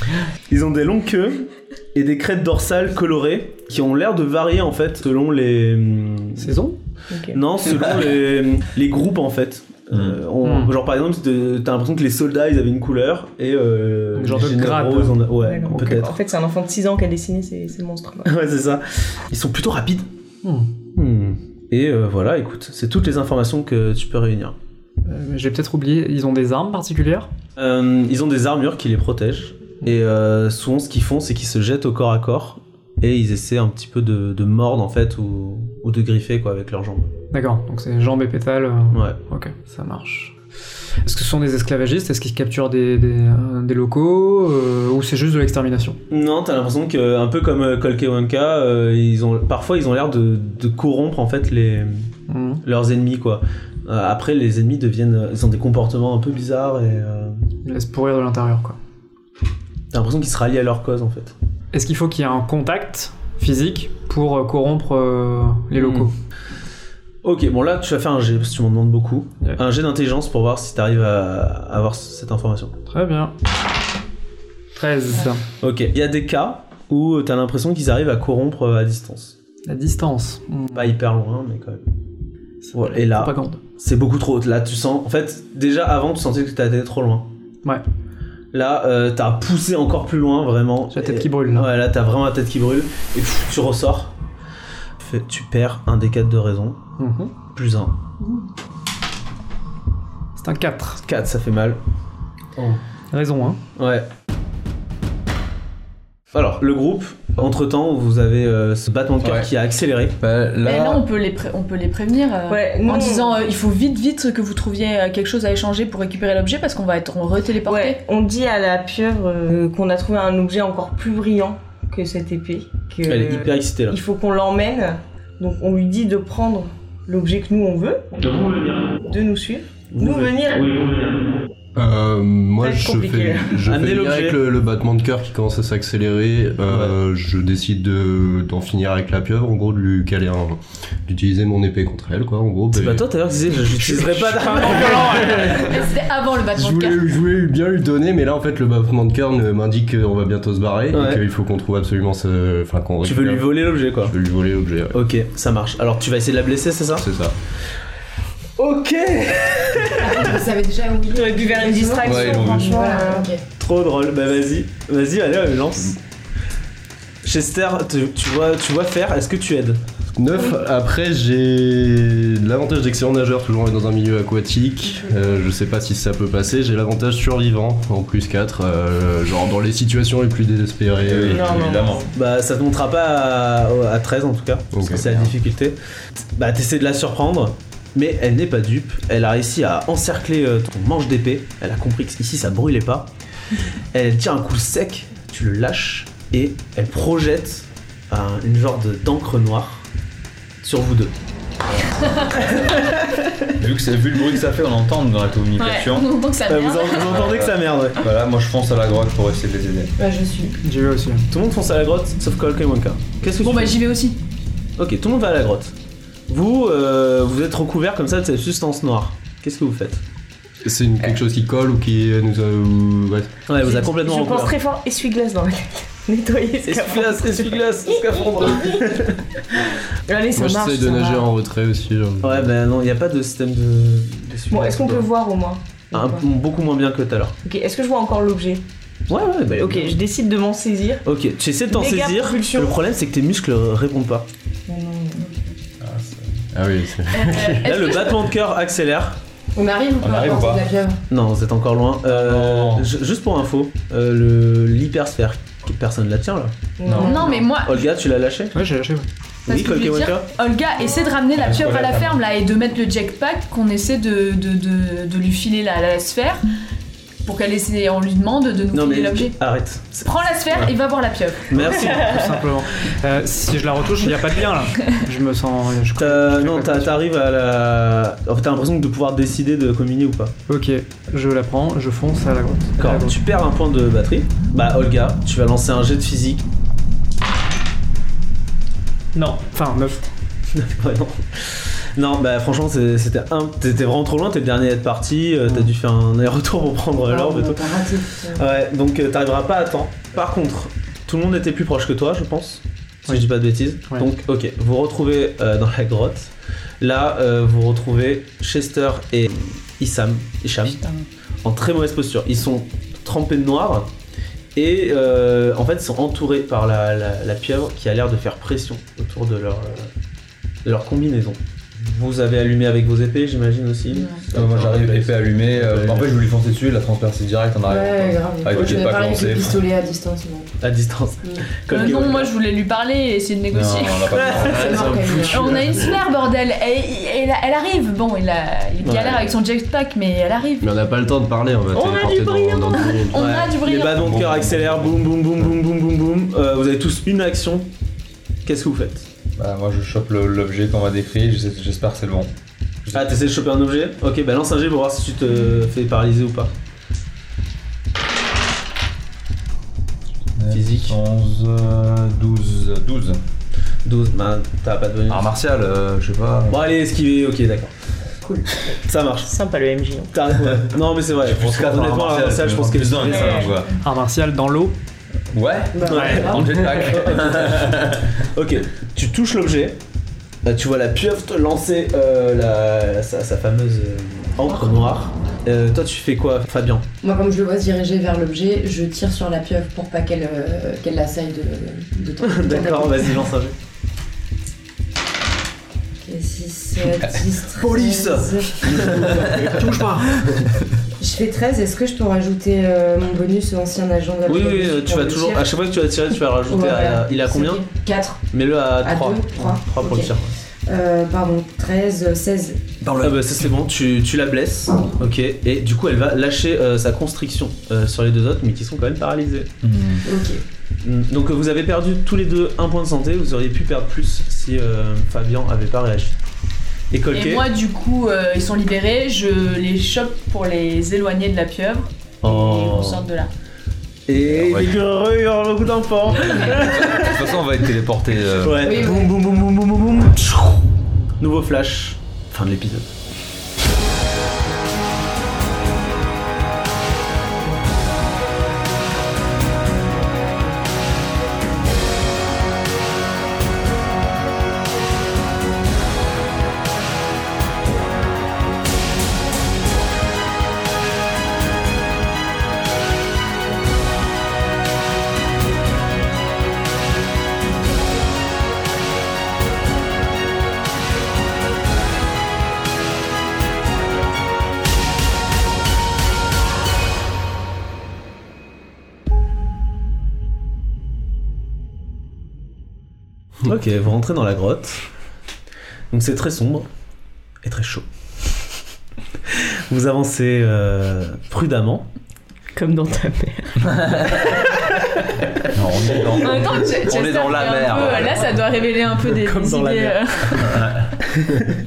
Ils ont des longues queues et des crêtes dorsales colorées qui ont l'air de varier en fait selon les...
Saison
Ok.
Non, selon les, les groupes en fait. Euh, on-
Mm.
Genre par exemple, de- t'as l'impression que les soldats ils avaient une couleur et euh,
Genre de
les généraux,
grade.
ils en a- Ouais,
D'accord.
peut-être.
En fait, c'est un enfant de 6 ans qui a dessiné ces, ces monstres. là.
Ouais, c'est ça. Ils sont plutôt rapides. Hmm. Et euh, voilà, écoute, c'est toutes les informations que tu peux réunir.
Euh, J'ai peut-être oublié, ils ont des armes particulières
Euh, ils ont des armures qui les protègent. Et euh, souvent, ce qu'ils font, c'est qu'ils se jettent au corps à corps. Et ils essaient un petit peu de, de mordre, en fait, ou, ou de griffer, quoi, avec leurs jambes.
D'accord, donc c'est jambes et pétales. euh,
Ouais.
Ok, ça marche. Est-ce que ce sont des esclavagistes Est-ce qu'ils capturent des, des, euh, des locaux euh, Ou c'est juste de l'extermination
Non, t'as l'impression que, un peu comme euh, Kolkewanka, euh, ils ont, parfois, ils ont l'air de, de corrompre, en fait, les,
Mhm.
leurs ennemis, quoi. Euh, après, les ennemis deviennent... Ils ont des comportements un peu bizarres et... euh,
Ils laissent pourrir de l'intérieur, quoi.
t'as l'impression qu'ils se rallient à leur cause, en fait.
Est-ce qu'il faut qu'il y ait un contact physique pour euh, corrompre euh, les locaux
Ok, bon là tu vas faire un jet parce que tu m'en demandes beaucoup.
Ouais.
Un jet d'intelligence pour voir si t'arrives à à avoir c- cette information.
Très bien. 13.
Ok, il y a des cas où euh, t'as l'impression qu'ils arrivent à corrompre euh, à distance.
La distance. Mhm.
Pas hyper loin, mais quand même. Voilà, et là,
Propagande.
c'est beaucoup trop haut. Là, tu sens. En fait, déjà avant, tu sentais que t'étais trop loin.
Ouais.
Là, euh, t'as poussé encore plus loin, vraiment.
J'ai la tête
Et-
qui brûle, là.
Ouais, là, t'as vraiment la tête qui brûle. Et pff, tu ressors. Fais- tu perds un des quatre de raison.
Mhm.
Plus un.
C'est un 4.
4, ça fait mal.
Raison, hein.
Ouais. Alors, le groupe, entre-temps, vous avez euh, ce battement de cœur
Ouais.
qui a accéléré.
Bah, là,
Mais là, on peut les, pré- on peut les prévenir euh,
Ouais,
en
non.
disant euh, il faut vite, vite que vous trouviez euh, quelque chose à échanger pour récupérer l'objet parce qu'on va être retéléporté.
Ouais, on dit à la pieuvre euh, qu'on a trouvé un objet encore plus brillant que cette épée. Que
Elle est hyper excitée là.
Il faut qu'on l'emmène. Donc on lui dit de prendre l'objet que nous on veut,
De vous venir.
de nous suivre,
Vous
nous
venez.
venir.
Oui, vous venir.
Euh, moi,
Ça va être
je
compliqué.
fais, je
Amenez
fais lien
l'objet.
avec le, le battement de cœur qui commence à s'accélérer. Euh, Je décide de- d'en finir avec la pieuvre, en gros, de lui caler un. d'utiliser mon épée contre elle, quoi, en gros.
C'est
bah,
pas toi tout à l'heure qui disais, je n'utiliserai pas d'arme.
Mais C'était avant le
je
battement de
voulais,
cœur.
je voulais bien lui donner, mais là en fait le battement de cœur ne- m'indique qu'on va bientôt se barrer
Ouais.
et qu'il faut qu'on trouve absolument ce. Enfin qu'on
Tu veux lui
récupère-
voler l'objet quoi.
Je veux lui voler l'objet, ouais.
Ok, ça marche. Alors tu vas essayer de la blesser, c'est ça
C'est ça.
Ok
Ah, Vous savez déjà où
J'aurais pu faire une distraction,
Ouais, ils l'ont vu.
franchement.
Voilà,
euh,
ok.
Trop drôle, bah vas-y. Vas-y, allez, euh, lance. Chester, tu, tu vois, tu vois faire, est-ce que tu aides
9, après j'ai l'avantage d'excellent nageur, toujours on est dans un milieu aquatique, Euh, je sais pas si ça peut passer, j'ai l'avantage survivant en plus 4, genre dans les situations les plus désespérées.
Oui,
Euh, Non, non.
évidemment.
Bah ça te montera pas à, à 13 en tout cas, parce
Ok.
que c'est la difficulté. Bah t'essaies de la surprendre, mais elle n'est pas dupe. Elle a réussi à encercler euh, ton manche d'épée, elle a compris qu'ici ça brûlait pas. Elle tient un coup sec, tu le lâches, et elle projette un- une genre de- d'encre noire sur vous deux.
Vu, que ça- vu le bruit que ça fait, on entend dans la
Ouais,
communication.
donc ça
Euh, vous,
merde.
en- vous entendez que ça merde. ouais.
Voilà, moi je fonce à la grotte pour essayer de les aider.
Bah, je suis.
J'y vais aussi.
Tout le monde fonce à la grotte, sauf Kolka et Wonka. Qu'est-ce que
Bon
tu
bah
fais
j'y vais aussi.
Ok, tout le monde va à la grotte. Vous, euh, vous êtes recouvert comme ça de cette substance noire. Qu'est-ce que vous faites
C'est une- quelque chose qui colle ou qui nous a... ou- ouais.
Ouais, elle vous a complètement
Je pense
recouvert.
très fort essuie-glace dans la tête. Nettoyer ce
Essuie-glace, essuie-glace, scaphandre.
Allez, ça
Moi
marche.
j'essaie de
ça
nager
va.
en retrait aussi. genre.
Ouais, bah non, il a pas de système de. de
Bon, est-ce qu'on peut voir au moins
Un- Beaucoup moins bien que tout à l'heure.
Ok, est-ce que je vois encore l'objet
Ouais, ouais, bah.
Ok, je décide de m'en saisir.
Ok, tu essaies de t'en
Méga
saisir.
propulsion.
Le problème, c'est que tes muscles répondent pas.
Ah oui,
Euh,
c'est-
est-ce
Là, le
que je-
battement de cœur accélère.
On arrive ou
On
pas
arrive ou
à
pas
la pieuvre
Non, vous êtes encore loin. Euh,
Non.
ju- Juste pour info, euh, le- l'hypersphère, personne la tient là.
Non.
Non mais moi,
Olga, tu l'as lâché
Ouais, j'ai lâché. ouais.
Ah. Parce
Oui,
que je veux
Kolkewaka
dire, Olga essaie de ramener la
Ah, je
pieuvre à
relève la
la ferme là et de mettre le jetpack qu'on essaie de, de, de, de lui filer la, la sphère pour qu'elle essaie, on lui demande de nous
Non,
filer
mais
l'objet.
arrête. C'est-
Prends la sphère et va voir la pieuvre.
Merci.
Tout simplement. Euh, si je la retouche, il n'y a pas de lien là. Je me sens. Je...
T'as- non, t'as- t'arrives à la. En fait, t'as l'impression de pouvoir décider de communier ou pas.
Ok, je la prends, je fonce à la grotte. À la
D'accord,
grotte.
Euh, tu perds un point de batterie. Bah, Olga, tu vas lancer un jet de physique.
Non, enfin, meuf.
Ouais, non. Non, bah franchement, c'est- c'était un. T'étais vraiment trop loin, t'es le dernier à être parti, euh, t'as dû faire un aller-retour pour prendre
Ah,
l'orbe et
on
tout.
t'a raté.
Ouais, donc euh, t'arriveras pas à temps. Par contre, tout le monde était plus proche que toi, je pense, si
Oui.
je dis pas de bêtises.
Ouais.
Donc, ok, vous retrouvez euh, dans la grotte. Là, euh, vous retrouvez Chester et Issam, Hicham en très mauvaise posture. Ils sont trempés de noir et euh, en fait sont entourés par la, la- la pieuvre qui a l'air de faire pression autour de leur, euh, de leur combinaison. Vous avez allumé avec vos épées, j'imagine aussi.
Euh, moi j'arrive épée allumée. euh,
Ouais.
en fait, je voulais foncer dessus et la transpercer direct en
Ouais,
arrière.
grave.
Ah, il faut
je
qu'il y ait
vais
pas
parler avec
commencé.
le pistolet à distance. moi.
à distance.
Mm.
Comme
Euh, non,
Guillaume.
moi je voulais lui parler et essayer de négocier.
Non, on l'a pas dit.
C'est mort, quand même.
On a une sphère, bordel! Et, et- elle- elle arrive! Bon, il, a, il galère
Ouais.
avec son jetpack, mais elle arrive!
Mais on n'a pas le temps de parler, on va
On a
téléporter
du
dans-
brillant.
dans deux minutes.
On a du hein.
Les
brillant!
battements de cœur accélèrent, boum boum boum boum boum boum boum. Euh, vous avez tous une action. Qu'est-ce que vous faites
Bah, moi je chope le- l'objet qu'on m'a décrit, je sais- j'espère que c'est le bon.
Ah, t'essaies de choper un objet Ok, bah lance un jet pour voir si tu te fais paralyser ou pas. Physique.
11, euh, 12, 12.
12, bah t'as pas de bonus.
Art martial, euh, je sais pas.
Bon, allez, esquiver, ok, d'accord.
Cool.
Ça marche.
Sympa le MJ. hein.
T'as- ouais. Non, mais c'est vrai.
Je pense qu'à
Honnêtement, la salle, je pense qu'elle
est
est-
ça marche, ouais.
Art martial dans l'eau.
Ouais,
Ouais.
dans le jetpack.
Ok, tu touches l'objet. Là, tu vois la pieuvre te lancer euh, la, sa, sa fameuse euh, encre noire. Euh, toi, tu fais quoi, Fabien
Moi, comme je le vois se diriger vers l'objet, je tire sur la pieuvre pour pas qu'elle euh, qu'elle l'assaille de, de temps.
D'accord, vas-y, lance un jet.
6, 7, 10,
Police.
Touche pas
Je fais 13, est-ce que je peux rajouter euh, mon bonus ancien agent de la
Oui,
police
oui, euh, tu
pour
vas
le
toujours.
tir
À chaque fois que tu vas tirer, tu vas rajouter. à- il a combien
4.
Mets-le à
À
3.
deux, trois.
pour
Ok.
le tir.
Euh, pardon, 13, euh, 16.
Ah bah, ça c'est bon, tu, tu la blesses. Ok, et du coup, elle va lâcher euh, sa constriction euh, sur les deux autres, mais qui sont quand même paralysés.
Ok.
Mm, Donc euh, vous avez perdu tous les deux un point de santé, vous auriez pu perdre plus si euh, Fabien avait pas réagi. Et Colquet,
Et moi, du coup, euh, ils sont libérés, je les chope pour les éloigner de la pieuvre et
Oh.
on sort de là.
Et
Ouais.
il oh, est heureux, il y aura beaucoup d'enfants.
De toute façon, on va être téléporté. euh,
Ouais.
Oui, oui.
Boum, boum, boum, boum, boum, boum, boum. Tchou. Nouveau flash. Fin de l'épisode. Ok, vous rentrez dans la grotte. Donc c'est très sombre et très chaud. Vous avancez euh, prudemment.
Comme dans ta mère.
Non, on est dans-
En même temps, Ch-
On est
Chester
dans la
fait un
mer,
peu-
voilà.
Là, ça doit révéler un peu des, euh,
Comme
des
dans la
idées.
mer.
euh,